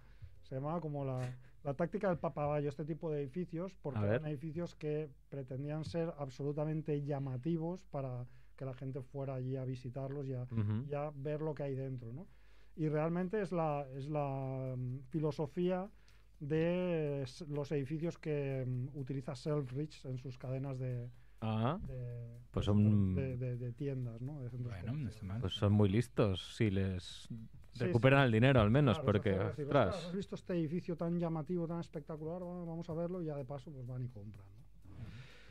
Se llamaba como la, la táctica del papagayo, este tipo de edificios, porque A eran ver. edificios que pretendían ser absolutamente llamativos para que la gente fuera allí a visitarlos y a, Ujú. y a ver lo que hay dentro, ¿no? Y realmente es la, es la mm, filosofía de eh, s- los edificios que mm, utiliza Selfridge en sus cadenas de, Ah, de, Pues de- un- de, de- de tiendas, ¿no? De centros Bueno, no está mal. pues son muy listos. Si les Sí, recuperan el dinero, al menos, Claro, eso porque, te iba a decir, "Ostras, ostras, ¿Has visto este edificio tan llamativo, tan espectacular? Bueno, vamos a verlo y ya de paso pues van y compran. ¿no?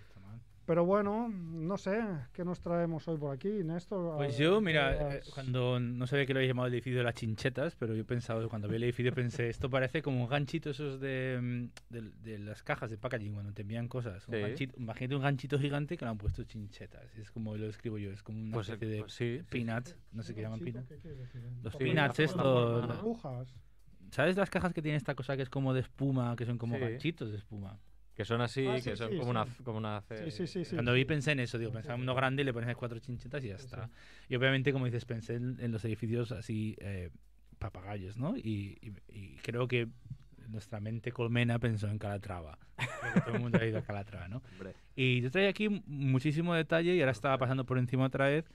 Está mal. Pero bueno, no sé, ¿qué nos traemos hoy por aquí, Néstor? Pues A- yo, mira, eh, ideas. cuando no sabía que lo habéis llamado el edificio de las chinchetas, pero yo pensaba, cuando vi el edificio pensé, esto parece como un ganchito esos de, mm, de, de las cajas de packaging cuando te envían cosas. Un Sí. ganchito- imagínate un ganchito gigante que le han puesto chinchetas. Es como lo escribo yo, es como una pues, especie de pues sí. peanuts, no sé qué llaman Chico, peanuts. ¿qué quieres decir? eh? Los Porque peanuts hacen estos, las ¿no? burbujas. ¿Sabes las cajas que tienen esta cosa que es como de espuma, que son como Sí. ganchitos de espuma? Que son así, Ah, que sí, son sí, como, sí. Una, como una... Sí, sí, sí, sí. Cuando sí. vi pensé en eso, digo, pensaba en uno grande y le pones cuatro chinchetas y ya Sí, está. Y obviamente, como dices, pensé en, en los edificios así eh, papagayos, ¿no? Y, y- y creo que nuestra mente colmena pensó en Calatrava. Creo que todo el mundo ha ido a Calatrava, ¿no? Hombre. Y yo traía aquí muchísimo detalle y ahora estaba pasando por encima otra vez.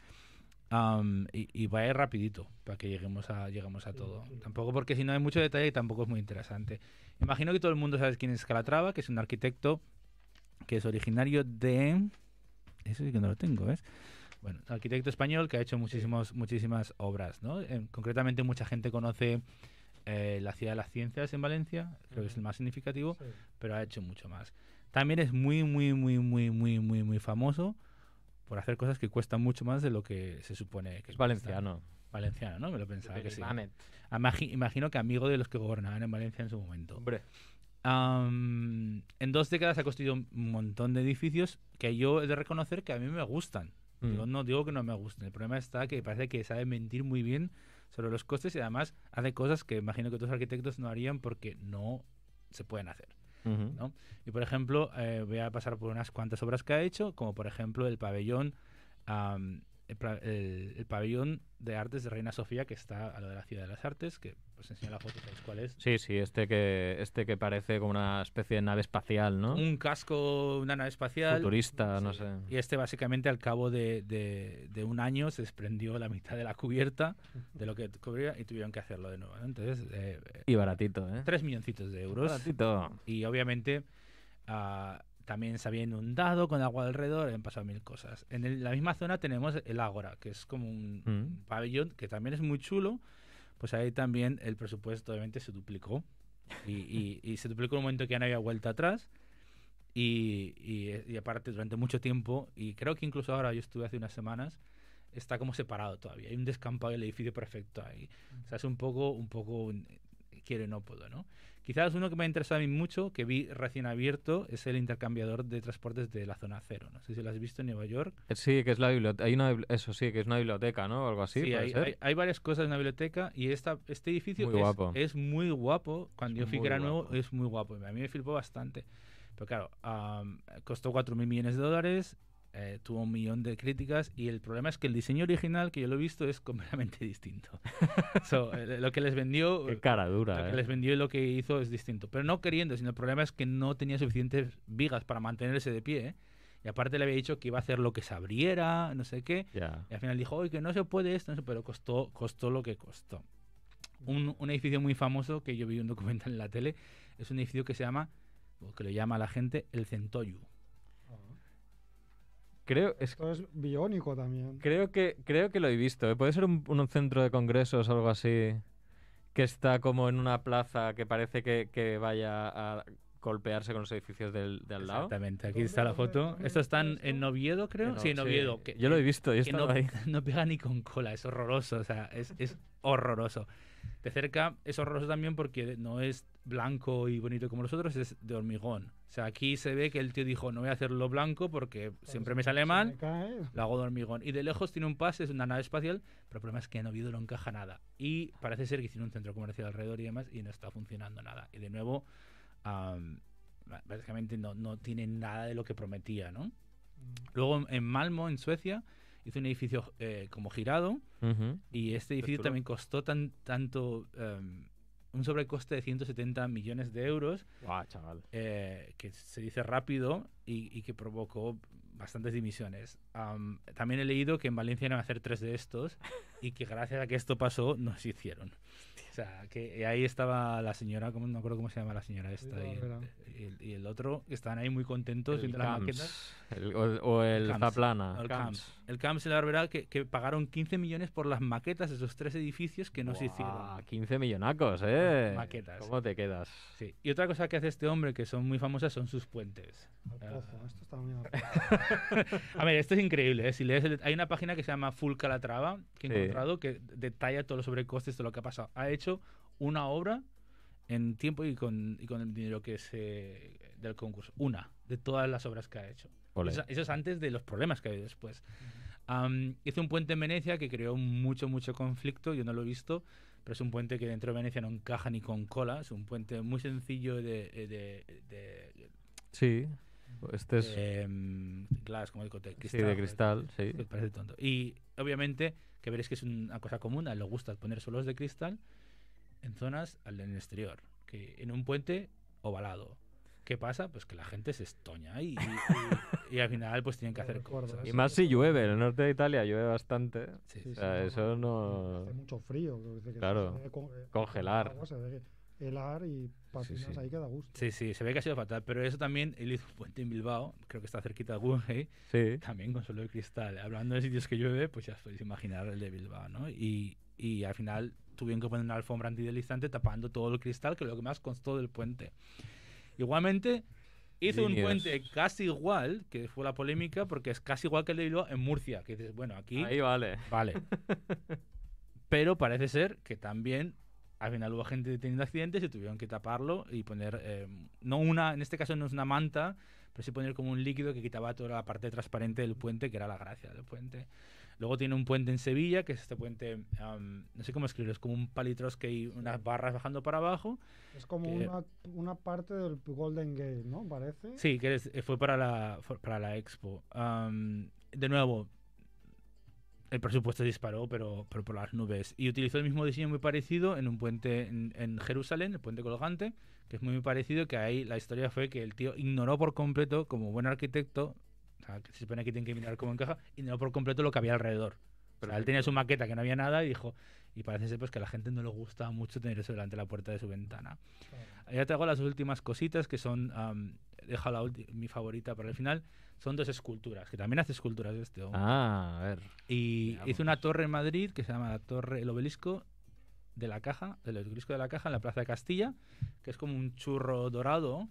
am, y, y va a ir rapidito para que lleguemos a, lleguemos a todo. Tampoco porque si no hay mucho detalle tampoco es muy interesante. Imagino que todo el mundo sabe quién es Calatrava, que es un arquitecto que es originario de... Eso sí que no lo tengo, ¿ves? Bueno, arquitecto español que ha hecho muchísimos, muchísimas obras, ¿no? En- concretamente mucha gente conoce eh, la ciudad de las ciencias en Valencia, creo que es el más significativo, Sí. pero ha hecho mucho más. También es muy, muy, muy, muy, muy, muy, muy famoso por hacer cosas que cuestan mucho más de lo que se supone que Es cuestan. valenciano. Valenciano, ¿no? Me lo pensaba que sí. Benimamet. Amagi- imagino que amigo de los que gobernaban en Valencia en su momento. Hombre. Am, en dos décadas ha construido un montón de edificios que yo he de reconocer que a mí me gustan. Digo, Mm. no digo que no me gusten. El problema está que parece que sabe mentir muy bien sobre los costes y además hace cosas que imagino que otros arquitectos no harían porque no se pueden hacer. Mm, Ujú. ¿no? Y por ejemplo, eh, voy a pasar por unas cuantas obras que ha hecho, como por ejemplo el pabellón, am, el, pa- el- el pabellón de artes de Reina Sofía, que está a lo de la Ciudad de las Artes, que os enseño la foto, ¿sabéis cuál es? Sí, sí, este que, este que parece como una especie de nave espacial, ¿no? Un casco, una nave espacial. Futurista, no Sí. sé. Y este básicamente al cabo de, de- de un año se desprendió la mitad de la cubierta de lo que cubría y tuvieron que hacerlo de nuevo. ¿no? Entonces, eh, eh, Y baratito, ¿eh? tres milloncitos de euros. Baratito. Y obviamente ah, también se había inundado con agua alrededor, han pasado mil cosas. En el- la misma zona tenemos el Ágora, que es como un Mm. pabellón que también es muy chulo. Pues ahí también el presupuesto obviamente se duplicó. Y, y- y se duplicó en un momento que ya no había vuelta atrás. Y, y- y aparte durante mucho tiempo, y creo que incluso ahora yo estuve hace unas semanas, está como separado todavía. Hay un descampado del edificio perfecto ahí. O sea, es un poco, un poco, un- quiero y no puedo, ¿no? Quizás uno que me ha interesado a mí mucho, que vi recién abierto, es el intercambiador de transportes de la zona cero. No sé si lo has visto en Nueva York. Eh, Sí, que es la biblioteca. Hay una, bibli- eso sí, que es una biblioteca, ¿no? O algo así. puede hay, ser. hay- hay varias cosas en la biblioteca y esta, este edificio Muy es, guapo. es muy guapo. Cuando Es yo fui muy que era nuevo, guapo. es muy guapo. A mí me flipó bastante. Pero claro, am, costó 4 mil millones de dólares, eh, tuvo un millón de críticas y el problema es que el diseño original, que yo lo he visto, es completamente distinto. So, eh, lo que les vendió... Qué cara Lo dura, que ¿eh? les vendió y lo que hizo es distinto. Pero no queriendo, sino el problema es que no tenía suficientes vigas para mantenerse de pie. ¿eh? Y aparte le había dicho que iba a hacer lo que se abriera, no sé qué. Ya. Y al final dijo, oye, que no se puede esto, no sé", pero costó, costó lo que costó. Un, un edificio muy famoso que yo vi un documental en la tele es un edificio que se llama, o que lo llama la gente, el Centoyu. Creo, es, Esto es biónico también. creo, que, creo que lo he visto. ¿eh? Puede ser un, un centro de congresos o algo así. Que está como en una plaza que parece que, que vaya a golpearse con los edificios del, de al lado. Exactamente, aquí ¿Dónde- está la dónde- foto. dónde Esto está en, está en esto? Oviedo, creo. Que no, sí, en Oviedo. que- yo lo he visto, yo que no, estaba ahí. no pega ni con cola, es horroroso, o sea, es, es horroroso. De cerca es horroroso también porque no es blanco y bonito como los otros, es de hormigón. O sea, aquí se ve que el tío dijo, no voy a hacerlo blanco porque siempre me sale Se mal, me cae. lo hago de hormigón. Y de lejos tiene un pase, es una nave espacial, pero el problema es que en Oviedo no encaja nada. Y parece ser que tiene un centro comercial alrededor y demás y no está funcionando nada. Y de nuevo, am, básicamente no, no tiene nada de lo que prometía, ¿no? Luego en- en Malmo, en Suecia, hizo un edificio eh, como girado Ujú. y este edificio también costó tan, tanto, em, un sobrecoste de 170 millones de euros, Guau, chaval. eh, que se dice rápido y, y que provocó bastantes dimisiones. Am, también he leído que en Valencia iban a hacer tres de estos y que gracias a que esto pasó, no se hicieron. O sea, que ahí estaba la señora, como, no me acuerdo cómo se llama la señora esta, y Rivera. el, y el- y el otro, que estaban ahí muy contentos El viendo las Camps, maquetas. el- o, el- o el Camps, Zaplana. El Camps. El Camps y la Barberá que, que pagaron 15 millones por las maquetas de esos tres edificios que no se Buah, hicieron. 15 millonacos, ¿eh? Maquetas. ¿Cómo te quedas? Sí. Y otra cosa que hace este hombre que son muy famosas son sus puentes. Al pozo, esto está muy al pozo. A ver, esto es increíble. ¿eh? Si lees el- hay una página que se llama Full Calatrava que he Sí. encontrado que detalla todos los sobrecostes de lo que ha pasado. Ha hecho una obra en tiempo y con, y con el dinero que se del concurso. Una de todas las obras que ha hecho. Ole. Eso, eso es antes de los problemas que ha habido después. Am, hizo un puente en Venecia que creó mucho, mucho conflicto. Yo no lo he visto, pero es un puente que dentro de Venecia no encaja ni con cola. Es un puente muy sencillo de, eh, de- de- Sí. Este es em, glass, como digo, de sí, de cristal, sí. que parece tonto. Y obviamente que veréis que es una cosa común, a él le gusta poner suelos de cristal en zonas al en el exterior, que en un puente ovalado. ¿Qué pasa? Pues que la gente se estoña y, y- y- y al final pues tienen que Lo hacer recuerdo, cosas. eso. Y más si llueve, en el norte de Italia llueve bastante. Sí, Sí, sí. O sea, sí, eso Hace no... mucho frío. que dice que Claro, se debe co- eh, congelar. agua, se debe helar y patinas sí. ahí que da gusto. Sí, sí, se ve que ha sido fatal, pero eso también, él hizo un puente en Bilbao, creo que está cerquita de Guggenheim, Sí. también con suelo de cristal. Hablando de sitios que llueve, pues ya os podéis imaginar el de Bilbao, ¿no? Y, y al final tuvieron que poner una alfombra antideslizante tapando todo el cristal, que es lo que más constó del puente. Igualmente, hizo un Líneas. puente casi igual, que fue la polémica, porque es casi igual que el de Bilbao en Murcia, que dices, bueno, aquí Ahí vale. Vale. Pero parece ser que también al final hubo gente teniendo accidentes y tuvieron que taparlo y poner, eh, no una, en este caso no es una manta, pero sí poner como un líquido que quitaba toda la parte transparente del puente, que era la gracia del puente. Luego tiene un puente en Sevilla, que es este puente, am, no sé cómo escribirlo, es como un palitros que hay unas barras bajando para abajo. Es como que- una, una parte del Golden Gate, ¿no? Parece. Sí, que es- fue para la, fue para la expo. Am, de nuevo, el presupuesto disparó, pero, pero por las nubes. Y utilizó el mismo diseño muy parecido en un puente en, en Jerusalén, el puente colgante, que es muy parecido, que ahí la historia fue que el tío ignoró por completo, como buen arquitecto, o sea, que se supone que tienen que mirar cómo encaja, ignoró por completo lo que había alrededor. O sea, él tenía su maqueta que no había nada y dijo, y parece ser pues que a la gente no le gusta mucho tener eso delante de la puerta de su ventana. Ya te hago las últimas cositas que son, am, deja la ulti- mi favorita para el final, son dos esculturas, que también hace esculturas este hombre. Ah, a ver. Y Veamos. hizo una torre en Madrid que se llama la Torre El Obelisco de la Caja, el Obelisco de la Caja en la Plaza de Castilla, que es como un churro dorado.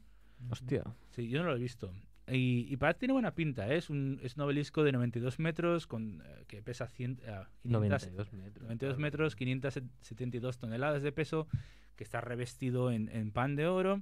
Hostia. Sí, yo no lo he visto. Y, y parece que tiene buena pinta, ¿eh? es, un, es un obelisco de 92 metros con, eh, que pesa 100, eh, 500 92 metros. 92 metros, 572 toneladas de peso, que está revestido en, en pan de oro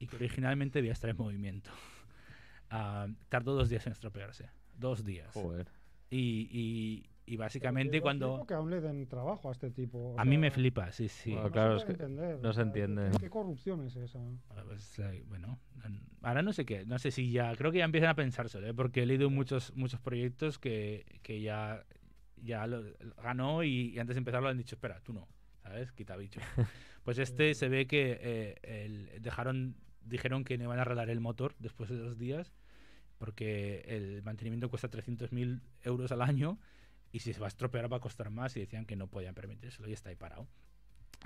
y que originalmente debía estar en movimiento. Ah, tardó dos días en estropearse. Dos días. Joder. Y, y- y Pero básicamente yo flipo cuando... Que aún le den trabajo a este tipo. o A mí sea, me flipa, sí, sí. Bueno, no se claro, puede es que entender, no o se sea, entiende. ¿Qué corrupción es esa? Ah, pues, eh, bueno, ahora no sé qué, no sé si ya, creo que ya empiezan a pensárselo, ¿eh? porque he leído muchos, muchos proyectos que, que ya, ya lo, ganó y, y antes de empezarlo han dicho, espera, tú no, ¿sabes? Quita bicho. Pues este se ve que eh, el- dejaron, dijeron que no iban a arreglar el motor después de dos días, porque el mantenimiento cuesta 300.000 euros al año y si se va a estropear va a costar más y decían que no podían permitírselo y está ahí parado.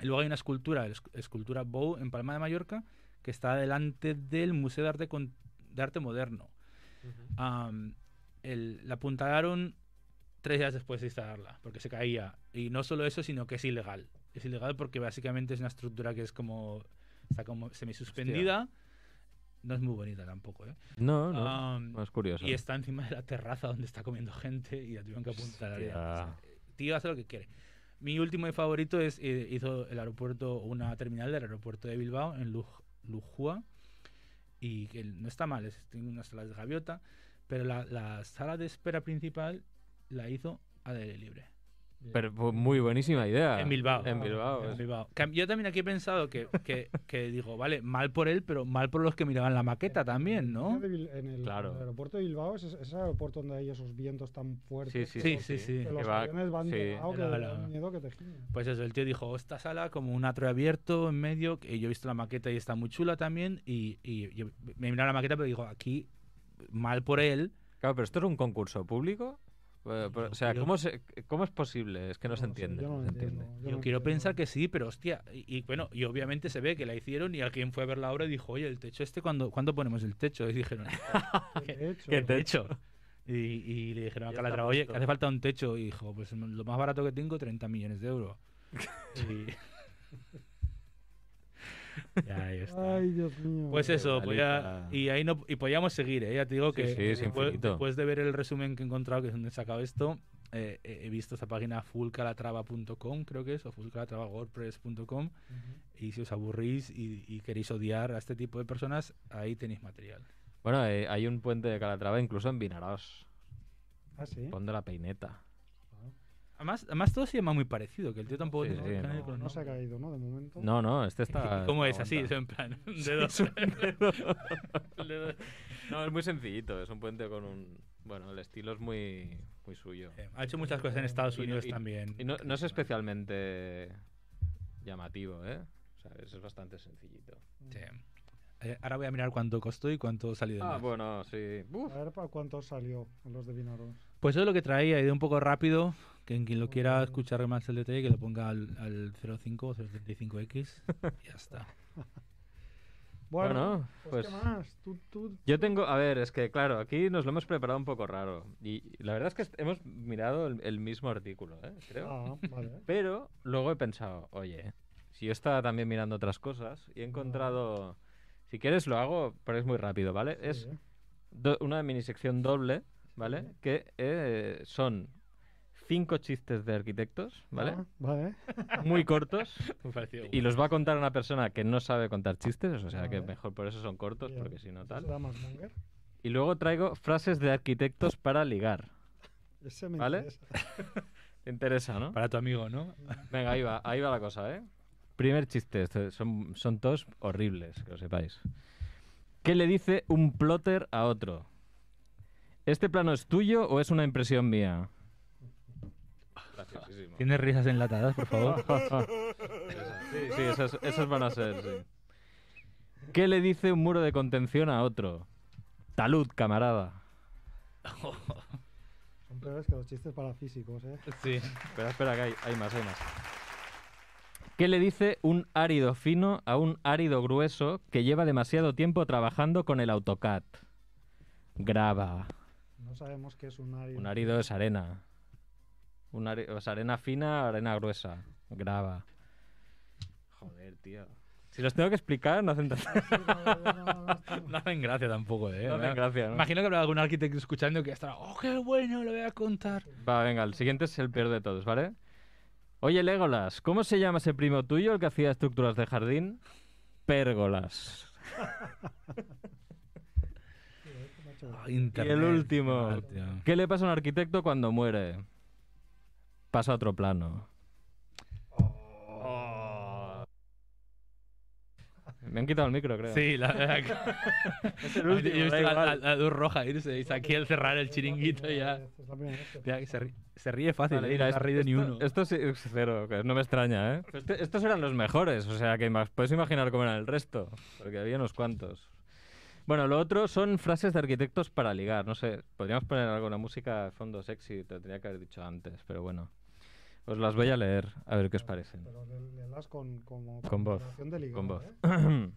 Y luego hay una escultura, la esc- escultura Bow en Palma de Mallorca, que está delante del Museo de Arte, Con- de Arte Moderno. Am, el- la apuntaron tres días después de instalarla, porque se caía. Y no solo eso, sino que es ilegal. Es ilegal porque básicamente es una estructura que es como. Está como semisuspendida. No es muy bonita tampoco, ¿eh? No, no. Am, más curioso. y está encima de la terraza donde está comiendo gente y la tuvieron que apuntar. Hostia. O sea, tío, hace lo que quiere. Mi último y favorito es, eh, hizo el aeropuerto, una terminal del aeropuerto de Bilbao en Luj- Lujua. Y que no está mal, es- tiene unas salas de gaviota. Pero la, la sala de espera principal la hizo al aire libre. Pero pues, muy buenísima idea. En Bilbao. En Bilbao. En es- Bilbao. Que Yo también aquí he pensado que, que- que digo, vale, mal por él, pero mal por los que miraban la maqueta también, ¿no? En el, en el Claro. aeropuerto de Bilbao es, es el aeropuerto donde hay esos vientos tan fuertes. Sí, sí, que Sí, los- sí, sí. Que los Que va- aviones van sí. de lado, que Era la- da miedo que te giren. Pues eso, el tío dijo, esta sala como un atrio abierto en medio, que yo he visto la maqueta y está muy chula también, y, y yo me miraba la maqueta pero digo, aquí, mal por él, Claro, pero esto es un concurso público. Eh, pero, o sea, yo- ¿cómo, se- ¿cómo es posible? Es que no, se entiende. yo no no se entiende. entiendo, yo no quiero entiendo. pensar que sí, pero hostia, y, y bueno, y obviamente se ve que la hicieron y alguien fue a ver la obra y dijo, oye, el techo este, ¿cuándo, ¿cuándo ponemos el techo? Y dijeron, Que de hecho, ¿eh? que te- techo? Y, y le dijeron a Ya Calatrava, está oye, puesto". que hace falta un techo, y dijo, pues lo más barato que tengo, 30 millones de euros. y... y ahí está. Ay, Dios mío. Pues eso, Qué podía, malita. y ahí no y podíamos seguir, ¿eh? ya te digo Sí, que sí, es después, infinito. después de ver el resumen que he encontrado, que es donde he sacado esto, eh, eh, he visto esta página fullcalatrava.com, creo que es, o fullcalatrava.wordpress.com, y si os aburrís y, y queréis odiar a este tipo de personas, ahí tenéis material. Bueno, eh, hay un puente de Calatrava incluso en Vinarós. Ah, sí. Pon de la peineta. Además, además todo se llama muy parecido, que el tío tampoco Sí, tiene sí, que tener no, con No se ha nombre. caído, ¿no? De momento. No, no, este está. ¿Cómo es? está Así, aguanta. en plan, un dedo. Un dedo. No, es muy sencillito. Es un puente con un. Bueno, el estilo es muy, muy suyo. Eh, Eh, Ha hecho muchas cosas en Estados Y no- Unidos y- también. Y no, no es especialmente llamativo, ¿eh? O sea, es bastante sencillito. Sí. Eh, Ahora voy a mirar cuánto costó y cuánto salió. del Ah, mes. bueno, sí. Uf. A ver para cuánto salió a los de Vinaros. Pues eso es lo que traía, he ido un poco rápido. Que quien lo quiera Vale. escuchar más el detalle, que lo ponga al, al 05 o 075X. y ya está. Bueno, pues, ¿qué pues- más? Tú, tú- Yo tengo, a ver, es que claro, aquí nos lo hemos preparado un poco raro. Y la verdad es que est- hemos mirado el, el mismo artículo, ¿eh? creo. Ah, vale. Pero luego he pensado, oye, si yo estaba también mirando otras cosas y he encontrado. Si quieres, lo hago, pero es muy rápido, ¿vale? es Sí, ¿eh? do- una minisección doble, ¿vale? Sí. Que eh, son cinco chistes de arquitectos, ¿vale? Ah, vale. Muy cortos. Me pareció Y los va a contar una persona que no sabe contar chistes, o sea que Vale. mejor por eso son cortos, Bien. porque si no Eso tal. será más Monger. Y luego traigo frases de arquitectos para ligar. Ese me ¿Vale? interesa. Te interesa, ¿no? para tu amigo, ¿no? Venga, ahí va, ahí va la cosa, ¿eh? Primer chiste, esto- son, son todos horribles, que lo sepáis. ¿Qué le dice un plotter a otro? ¿Este plano es tuyo o es una impresión mía? Graciosísimo. Tienes risas enlatadas, por favor. Sí, sí, esas, esas van a ser, sí. ¿Qué le dice un muro de contención a otro? Talud, camarada. Son peores que los chistes para físicos, ¿eh? sí. Espera, espera, que hay, hay más, hay más. ¿Qué le dice un árido fino a un árido grueso que lleva demasiado tiempo trabajando con el AutoCAD? Grava. No sabemos qué es un árido. Un árido es arena. Un ari- o sea, arena fina, arena gruesa. Grava. Joder, tío. Si los tengo que explicar, no hacen tanta Sí, no, no, no, no, está- No hacen gracia tampoco, ¿eh? no hacen gracia, ¿no? Imagino que habrá algún arquitecto escuchando que estará, oh, qué bueno, lo voy a contar. Va, venga, el siguiente es el peor de todos, ¿vale? Oye, Legolas, ¿cómo se llama ese primo tuyo el que hacía estructuras de jardín? Pérgolas. macho. Ah, internet, el último. mal, tío. ¿Qué le pasa a un arquitecto cuando muere? Pasa a otro plano. Oh. Me han quitado el micro, creo. Sí, la verdad. es que- el último. Yo he da visto a, igual. a- a Luz Roja irse y aquí al cerrar el Es la chiringuito primera ya. vez, es la primera vez que- Mira, que se, ri- se ríe fácil, Vale, ¿eh? mira, no se ha es- reído ni esto- uno. Esto sí, es cero, que no me extraña, ¿eh? Pero este- estos eran los mejores, o sea, que ima- puedes imaginar cómo eran el resto, porque había unos cuantos. Bueno, lo otro son frases de arquitectos para ligar, no sé, podríamos poner alguna música de fondo sexy, te lo tenía que haber dicho antes, pero bueno. Os las voy a leer, a ver qué os parecen. Pero le, le das con, como, Con voz, combinación de ligar, con voz. ¿eh?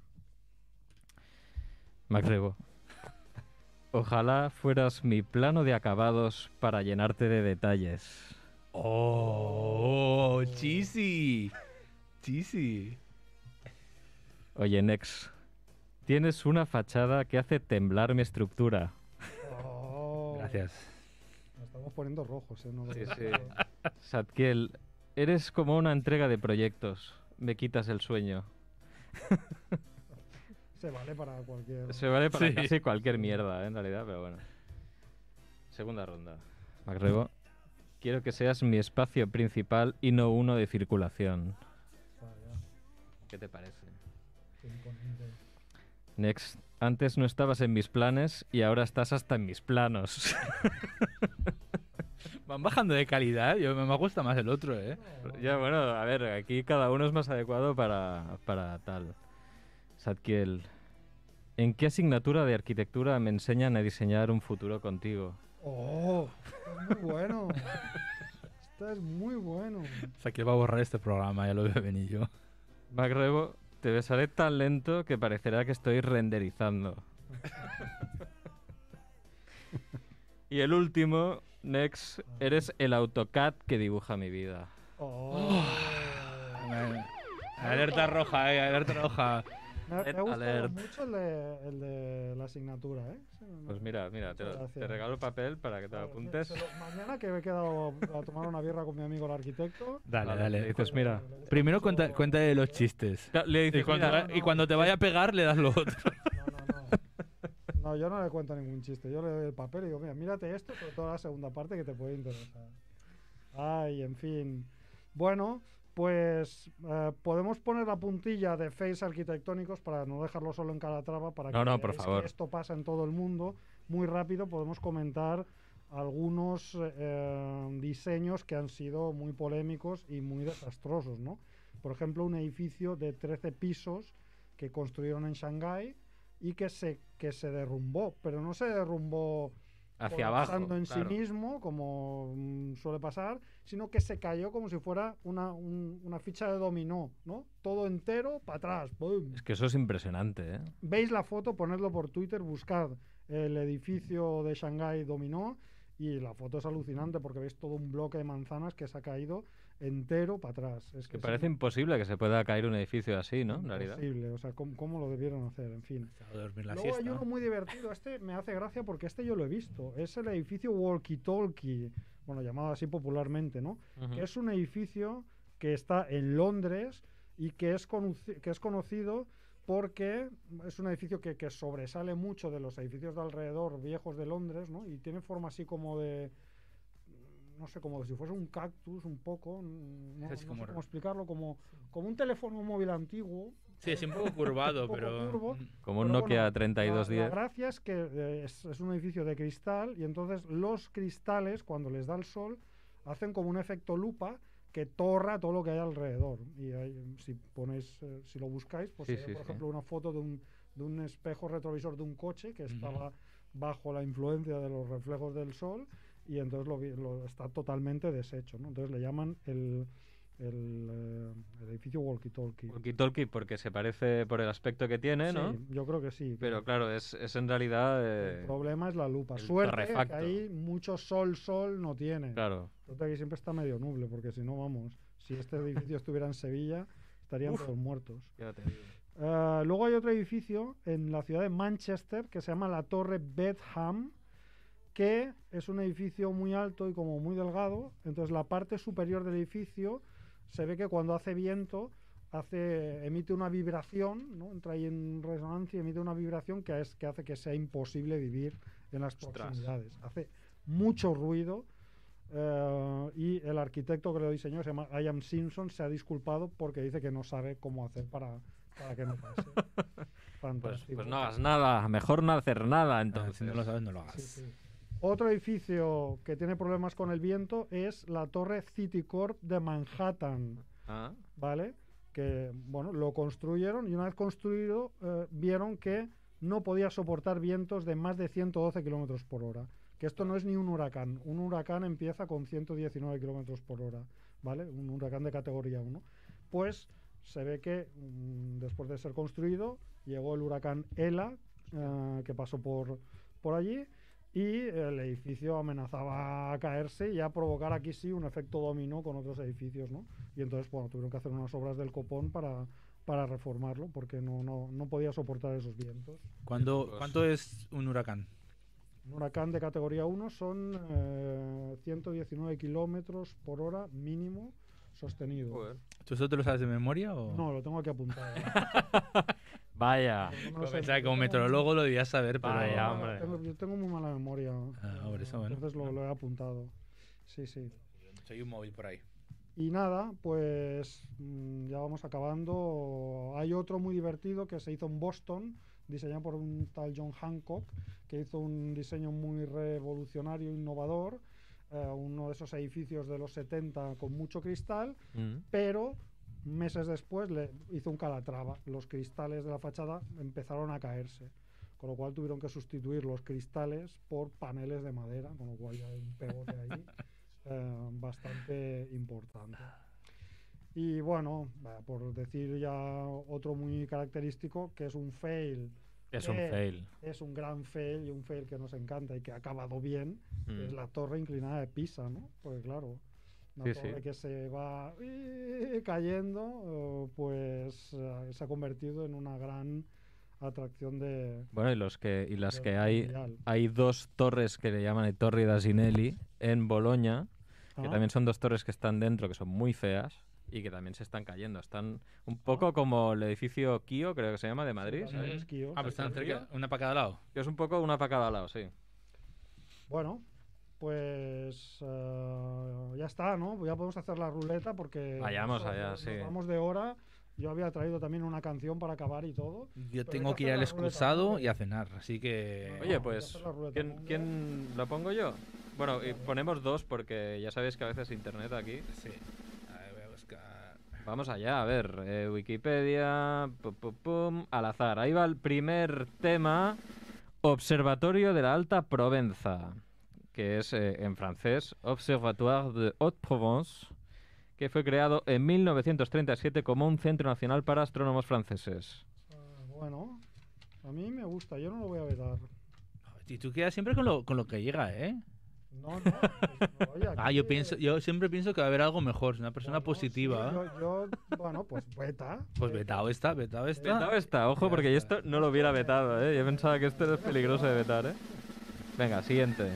Max Rebo. Ojalá fueras mi plano de acabados para llenarte de detalles. Oh, cheesy. Cheesy. Oye, Nex, tienes una fachada que hace temblar mi estructura. Oh, Gracias. Nos estamos poniendo rojos, ¿eh? No lo Sí, sé. sí. Sadkiel, eres como una entrega de proyectos. Me quitas el sueño. Se vale para cualquier. Se vale para Sí. casi cualquier mierda, ¿eh? en realidad, pero bueno. Segunda ronda. Macrebo, quiero que seas mi espacio principal y no uno de circulación. Vaya, ¿Qué te parece? qué inconveniente. Next, antes no estabas en mis planes y ahora estás hasta en mis planos. Van bajando de calidad, yo me me gusta más el otro, ¿eh? Ya, bueno, a ver, aquí cada uno es más adecuado para, para tal. Sadkiel, ¿en qué asignatura de arquitectura me enseñan a diseñar un futuro contigo? Oh, esto es muy bueno. Esto es muy bueno. O sea, que va a borrar este programa, ya lo veo venir yo. Macrebo, te besaré tan lento que parecerá que estoy renderizando. y el último, Next, eres el AutoCAD que dibuja mi vida. Oh. Vale. Alerta roja, eh, alerta roja. Me, me Red ha gustado alert. mucho el de, el de la asignatura, ¿eh? Se me- Pues mira, mira, te, Muchas lo- te gracias. regalo papel para que te lo Vale, apuntes. se lo- mañana que me he quedado a tomar una birra con mi amigo el arquitecto. Dale, Vale, le dale. Pues dices, mira. le gusta Primero mucho- cuenta, cuenta de los chistes. Pues Le Y dices, cuando, "Mira, va- y cuando te vaya a pegar, le das lo otro. No, no, no. No, yo no le cuento ningún chiste. Yo le doy el papel y digo, mira, mírate esto, sobre todo la segunda parte que te puede interesar. Ay, en fin. Bueno, pues eh, podemos poner la puntilla de face arquitectónicos para no dejarlo solo en Calatrava, para No, que no, por veáis que favor. esto pasa en todo el mundo. Muy rápido podemos comentar algunos eh, diseños que han sido muy polémicos y muy desastrosos, ¿no? Por ejemplo, un edificio de 13 pisos que construyeron en Shanghái y que se, que se derrumbó, pero no se derrumbó Hacia abajo. colapsando en claro. sí mismo, como mm, suele pasar, sino que se cayó como si fuera una, un- una ficha de dominó, ¿no? Todo entero para atrás. ¡boom! Es que eso es impresionante, ¿eh? Veis la foto, ponedlo por Twitter, buscad el edificio de Shanghái dominó y la foto es alucinante porque veis todo un bloque de manzanas que se ha caído entero para atrás. Es Que es parece imposible que se pueda caer un edificio así, ¿no? En realidad. imposible, o sea, ¿cómo, cómo lo debieron hacer? En fin. Se va a dormir la Luego hay siesta. uno muy divertido, este me hace gracia porque este yo lo he visto. Es el edificio Walkie Talkie, bueno, llamado así popularmente, ¿no? Ujú. que es un edificio que está en Londres y que es, conoci- que es conocido porque es un edificio que, que sobresale mucho de los edificios de alrededor viejos de Londres, ¿no? Y tiene forma así como de, no sé, como si fuese un cactus un poco, n- no, Es no como- sé cómo explicarlo, como, como un teléfono móvil antiguo. Sí, es un poco curvado, Un poco pero. curvo. Como un Pero Nokia bueno, La, la 3210. gracia es que eh, es, es un edificio de cristal y entonces los cristales, cuando les da el sol, hacen como un efecto lupa que torra todo lo que hay alrededor. Y ahí, si ponéis, eh, si lo buscáis, pues Sí, se ve, sí, por sí. ejemplo, una foto de un, de un espejo retrovisor de un coche que Ujú. estaba bajo la influencia de los reflejos del sol y entonces lo, vi- lo- está totalmente deshecho. ¿no? Entonces le llaman el, el, eh, el edificio Walkie Talkie. Walkie-talkie porque se parece por el aspecto que tiene, ¿no? yo creo que sí. que- Pero claro, es, es en realidad... eh, El problema es la lupa. el Suerte que torrefacto. ahí mucho sol, sol no tiene. claro. Suerte que siempre está medio nuble, porque si no, vamos, si este edificio estuviera en Sevilla, estarían todos muertos. Eh, luego hay otro edificio en la ciudad de Manchester que se llama la Torre Bedham, que es un edificio muy alto y como muy delgado. Entonces la parte superior del edificio se ve que cuando hace viento hace, emite una vibración, ¿no? entra ahí en resonancia y emite una vibración que, es, que hace que sea imposible vivir en las Ostras. proximidades. Hace mucho ruido. eh, y el arquitecto que lo diseñó se llama Ian Simpson se ha disculpado porque dice que no sabe cómo hacer para, para que no pase. Pues, Fantástico. pues no hagas nada, mejor no hacer nada Ah, entonces. si no lo sabes, no lo hagas. Sí, sí. Otro edificio que tiene problemas con el viento es la torre Citicorp de Manhattan, Ah, ¿vale? Que, bueno, lo construyeron y una vez construido eh, vieron que no podía soportar vientos de más de 112 kilómetros por hora. Que esto no es ni un huracán. Un huracán empieza con 119 kilómetros por hora, ¿vale? Un huracán de categoría 1. Pues se ve que mm, después de ser construido llegó el huracán Ela, eh, que pasó por, por allí, y el edificio amenazaba a caerse y a provocar aquí sí un efecto dominó con otros edificios, ¿no? Y entonces, bueno, tuvieron que hacer unas obras del copón para, para reformarlo, porque no, no, no podía soportar esos vientos. ¿Cuándo- Pues- ¿Cuánto es un huracán? Un huracán de categoría 1 son eh, 119 kilómetros por hora mínimo sostenido. joder. ¿Tú solo te lo sabes de memoria o.? No, lo tengo aquí apuntado. Vaya. No Yo sé, pensaba que tengo- como meteorólogo lo debías saber, pero. Vaya, Ah, hombre. tengo- yo tengo muy mala memoria. Ah, por eso, bueno. Entonces lo, lo he apuntado. Sí, sí. Soy un móvil por ahí. Y nada, pues mm, ya vamos acabando. Hay otro muy divertido que se hizo en Boston, diseñado por un tal John Hancock, que hizo un diseño muy revolucionario, innovador, eh, uno de esos edificios de los 70 con mucho cristal, Mm. pero meses después le hizo un calatrava. Los cristales de la fachada empezaron a caerse, con lo cual tuvieron que sustituir los cristales por paneles de madera, con lo cual ya hay un pegote ahí eh, bastante importante. Y bueno, va, por decir ya otro muy característico, que es un fail. Es un Eh, fail. Es un gran fail y un fail que nos encanta y que ha acabado bien, que es Mm. la torre inclinada de Pisa, ¿no? Porque claro, una Sí, sí. torre que se va eh, cayendo, eh, pues eh, se ha convertido en una gran atracción de... Bueno, y, los que, y las de- que hay... mundial. Hay dos torres que le llaman el Torri da Zinelli en Boloña, que Ah, también son dos torres que están dentro, que son muy feas y que también se están cayendo. Están un poco como el edificio Kio, creo que se llama, de Ah. sí, Madrid. también Ujú. es Kio. Ah, pero están cerca. Una para cada lado. Que es un poco una para cada lado, sí. Bueno, pues eh, ya está, ¿no? Ya podemos hacer la ruleta porque... Vayamos nos- allá, nos sí. Vamos de hora. Yo había traído también una canción para acabar y todo. Yo Pero tengo hay que que ir hacer al la ruleta, excusado ¿no? y a cenar, así que. Oye, Venga, Ah, vamos a pues, hacer la ruleta, ¿quién, venga. quién lo pongo yo? Bueno, y ponemos dos porque ya sabéis que a veces internet aquí. Sí. A ver, voy a buscar. Vamos allá, a ver, eh, Wikipedia, pum, pum, pum, al azar. Ahí va el primer tema, Observatorio de la Alta Provenza, que es eh, en francés Observatoire de Haute-Provence, que fue creado en 1937 como un centro nacional para astrónomos franceses. Ah, bueno, a mí me gusta, yo no lo voy a vetar. Y tú quedas siempre con lo, con lo que llega, ¿eh? No, no. pues, oye, Ah, yo aquí- pienso, yo siempre pienso que va a haber algo mejor, una persona Bueno, sí, positiva. ¿eh? yo, yo- bueno, pues beta. Pues vetado está, vetado está. Vetado está, ojo, Ya porque yo está. esto no lo hubiera vetado, ¿eh? Yo pensaba que esto era peligroso de vetar, ¿eh? Venga, siguiente.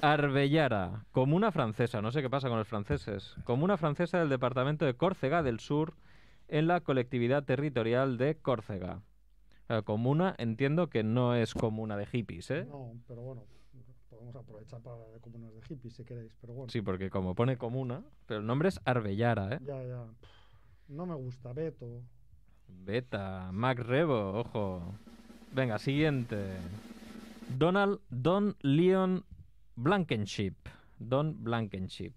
Arbellara, comuna francesa, no sé qué pasa con los franceses. Comuna francesa del departamento de Córcega del Sur en la colectividad territorial de Córcega. La comuna, entiendo que no es comuna de hippies, ¿eh? No, pero bueno, podemos aprovechar para hablar de comunas de hippies si queréis, pero bueno. Sí, porque como pone comuna, pero el nombre es Arbellara, ¿eh? Ya, ya. Pff, No me gusta, Beto. Beta, Mac Rebo, ojo. Venga, siguiente. Donald Don Leon Blankenship. Don Blankenship.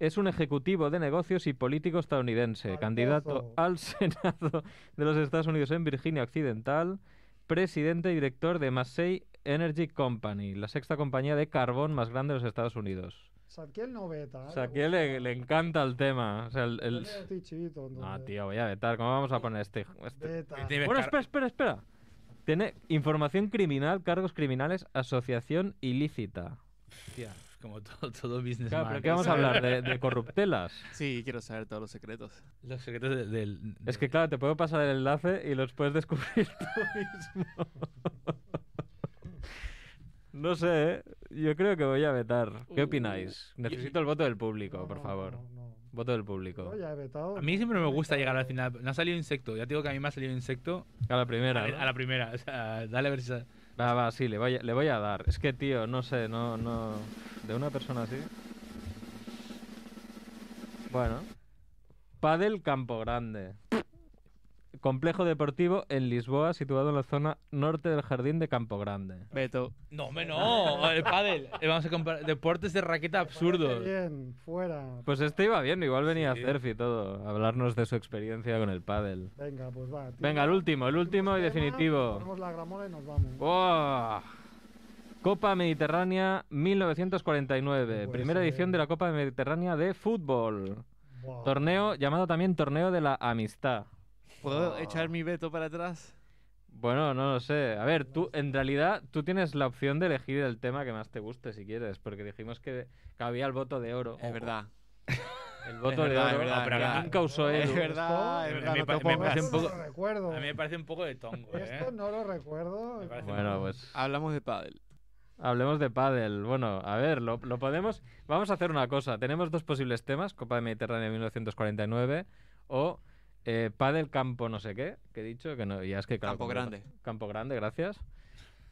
Es un ejecutivo de negocios y político estadounidense, Al candidato pozo. al Senado de los Estados Unidos en Virginia Occidental, presidente y director de Massey Energy Company, la sexta compañía de carbón más grande de los Estados Unidos. Sadkiel no beta. ¿eh? O sea, que le, le encanta el tema. O sea, el- el- No, tío, voy a vetar. ¿Cómo vamos a poner este- este... Beta. Tiene Bueno, cara- espera, espera, espera. Tiene información criminal, cargos criminales, asociación ilícita. Como todo, todo businessman. Claro, pero ¿qué vamos a hablar? ¿De, de corruptelas? Sí, quiero saber todos los secretos. Los secretos de- del... Es que, claro, te puedo pasar el enlace y los puedes descubrir tú mismo. No sé, ¿eh? yo creo que voy a vetar. ¿Qué opináis? Necesito el voto del público, No, por no, favor. no, no. Voto del público. Yo ya he vetado. A mí siempre me gusta llegar al final. No ha salido insecto. Ya te digo que a mí me ha salido insecto A la a, primera. ¿no? a la primera. O sea, dale a ver si... sa- Va, va, sí, le voy, a, le voy a dar. Es que, tío, no sé, no, no... De una persona así... Bueno. Padel Campo Grande. Complejo deportivo en Lisboa, situado en la zona norte del jardín de Campo Grande. Beto, No, hombre, no. El pádel. Eh, Vamos a comparar deportes de raqueta absurdos. Bien, fuera. Pues este iba bien, igual venía Sí. a Cerf y todo, a hablarnos de su experiencia con el pádel. Venga, pues va. tira. Venga, el último, el último y tema, definitivo. Oh, Ponemos la gramola y nos vamos. ¡Buah! Copa Mediterránea 1949, No puede primera ser. Oh. edición de la Copa Mediterránea de fútbol. Buah. Torneo llamado también Torneo de la Amistad. ¿puedo Ah. echar mi Beto para atrás? Bueno, no lo sé. A ver, tú, en realidad, tú tienes la opción de elegir el tema que más te guste, si quieres, porque dijimos que cabía el voto de oro. Es verdad. El voto es de verdad, es oro, verdad, pero es que verdad. nunca usó Es él. Es verdad, es Me- verdad. me no pa- te me pongas. parece un Esto no poco- lo recuerdo. A mí me parece un poco de tongo, ¿eh? Esto no lo recuerdo. Me parece Bueno, pues Hablamos de pádel. hablemos de pádel. Bueno, a ver, lo, lo podemos... Vamos a hacer una cosa. Tenemos dos posibles temas, Copa de Mediterránea 1949 o eh, pádel campo no sé qué, que he dicho que no... Ya es que, claro, Campo como- Grande. Campo Grande, gracias.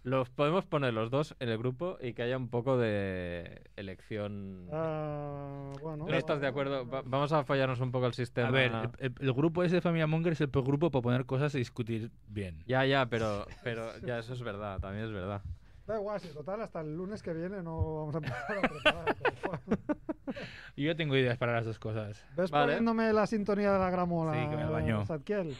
Los podemos poner los dos en el grupo y que haya un poco de elección. Ah, bueno. ¿No estás de acuerdo? Va- vamos a fallarnos un poco el sistema. A ver, el, el- el grupo ese de Familia Monger es el peor grupo para poner cosas y discutir bien. Ya, ya, pero, pero ya eso es verdad, también es verdad. Da igual, si total, hasta el lunes que viene no vamos a empezar a preparar. pero bueno. Y yo tengo ideas para las dos cosas. ¿Ves Vale. poniéndome la sintonía de la gramola? eh, Sí, que me baño. Sadkiel?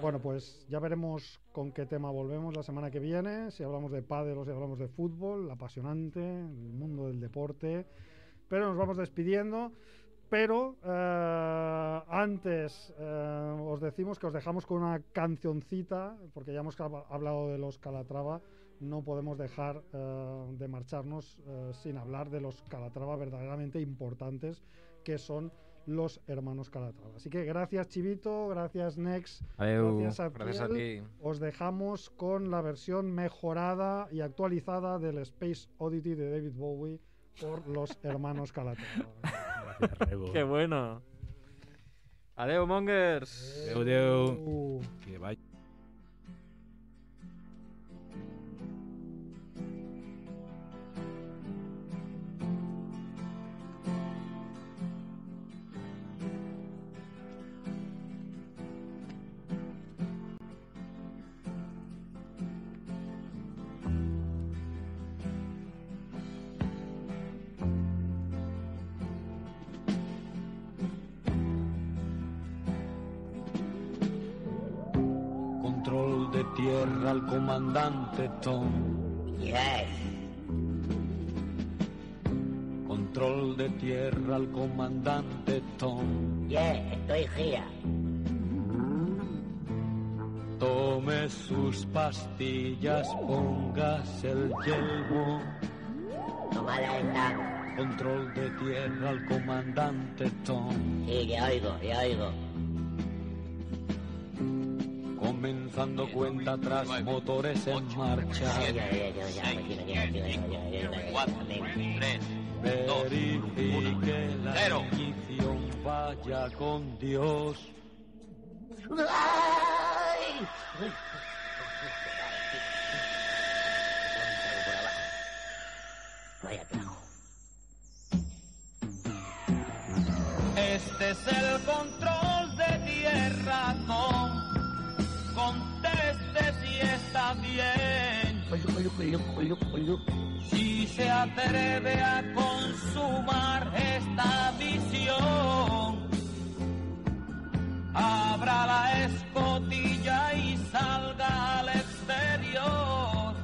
Bueno, pues ya veremos con qué tema volvemos la semana que viene, si hablamos de pádel o si hablamos de fútbol, apasionante, el mundo del deporte. Pero nos vamos despidiendo. Pero eh, antes eh, os decimos que os dejamos con una cancioncita, porque ya hemos hab- hablado de los Calatrava, no podemos dejar eh, de marcharnos eh, sin hablar de los Calatrava verdaderamente importantes, que son los hermanos Calatrava. Así que gracias Chivito, gracias Nex. Adeu. Gracias a Gracias a ti. Kiel. Os dejamos con la versión mejorada y actualizada del Space Oddity de David Bowie por los hermanos Calatrava. Gracias, Rebo. Qué bueno. Adeu, Mongers. Deu, deu. Uh. Que vaya. tierra al comandante Tom. Control de tierra al comandante Tom. Yeah, estoy gira. Tome sus pastillas, póngase el yelmo. Toma la esta. Control de tierra al comandante Tom. Sí, ya oigo, ya oigo. Comenzando cuenta atrás, motores en marcha. Ya, ya, ya, ya, ya, me tiro, ya, me tiro, ya, ya, ya, ya, ya, amén. Verifique la ignición, vaya con Dios. ¡Ay! Vaya trago. Este es el control de tierra, no conteste si está bien. Si se atreve a consumar esta visión, abra la escotilla y salga al exterior.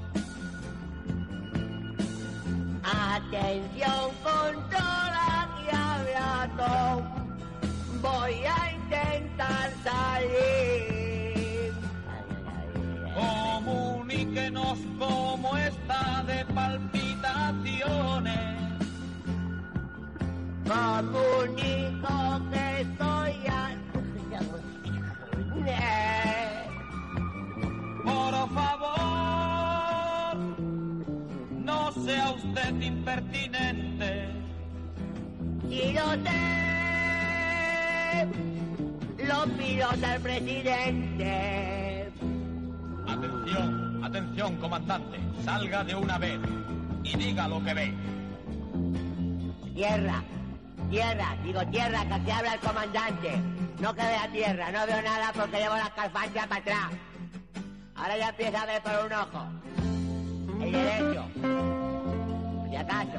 Atención, controla que habla Tom. Voy a intentar salir. Comuníquenos cómo está de palpitaciones. Comunico que estoy a... Eh, Por favor, no sea usted impertinente. tirote. Lo pido al presidente. Atención, atención, comandante. Salga de una vez y diga lo que ve. Tierra, tierra, digo tierra, que se habla el comandante. No que vea tierra, no veo nada porque llevo las calfanchas para atrás. Ahora ya empieza a ver por un ojo. El derecho. Por Si acaso.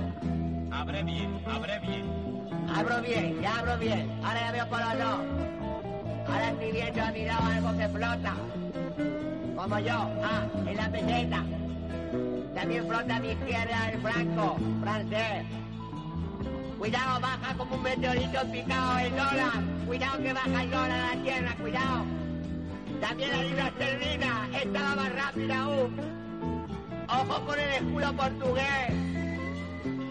Abre bien, abre bien. Abro bien, ya abro bien. Ahora ya veo por los dos. Ahora estoy viendo a mi lado algo que flota. Como yo, ah, en la peseta. También flota a mi izquierda el franco francés. Cuidado, baja como un meteorito picado el dólar. Cuidado que baja el dólar a la tierra, cuidado. También la libra esterlina, esta va más rápida aún. Ojo con el escudo portugués.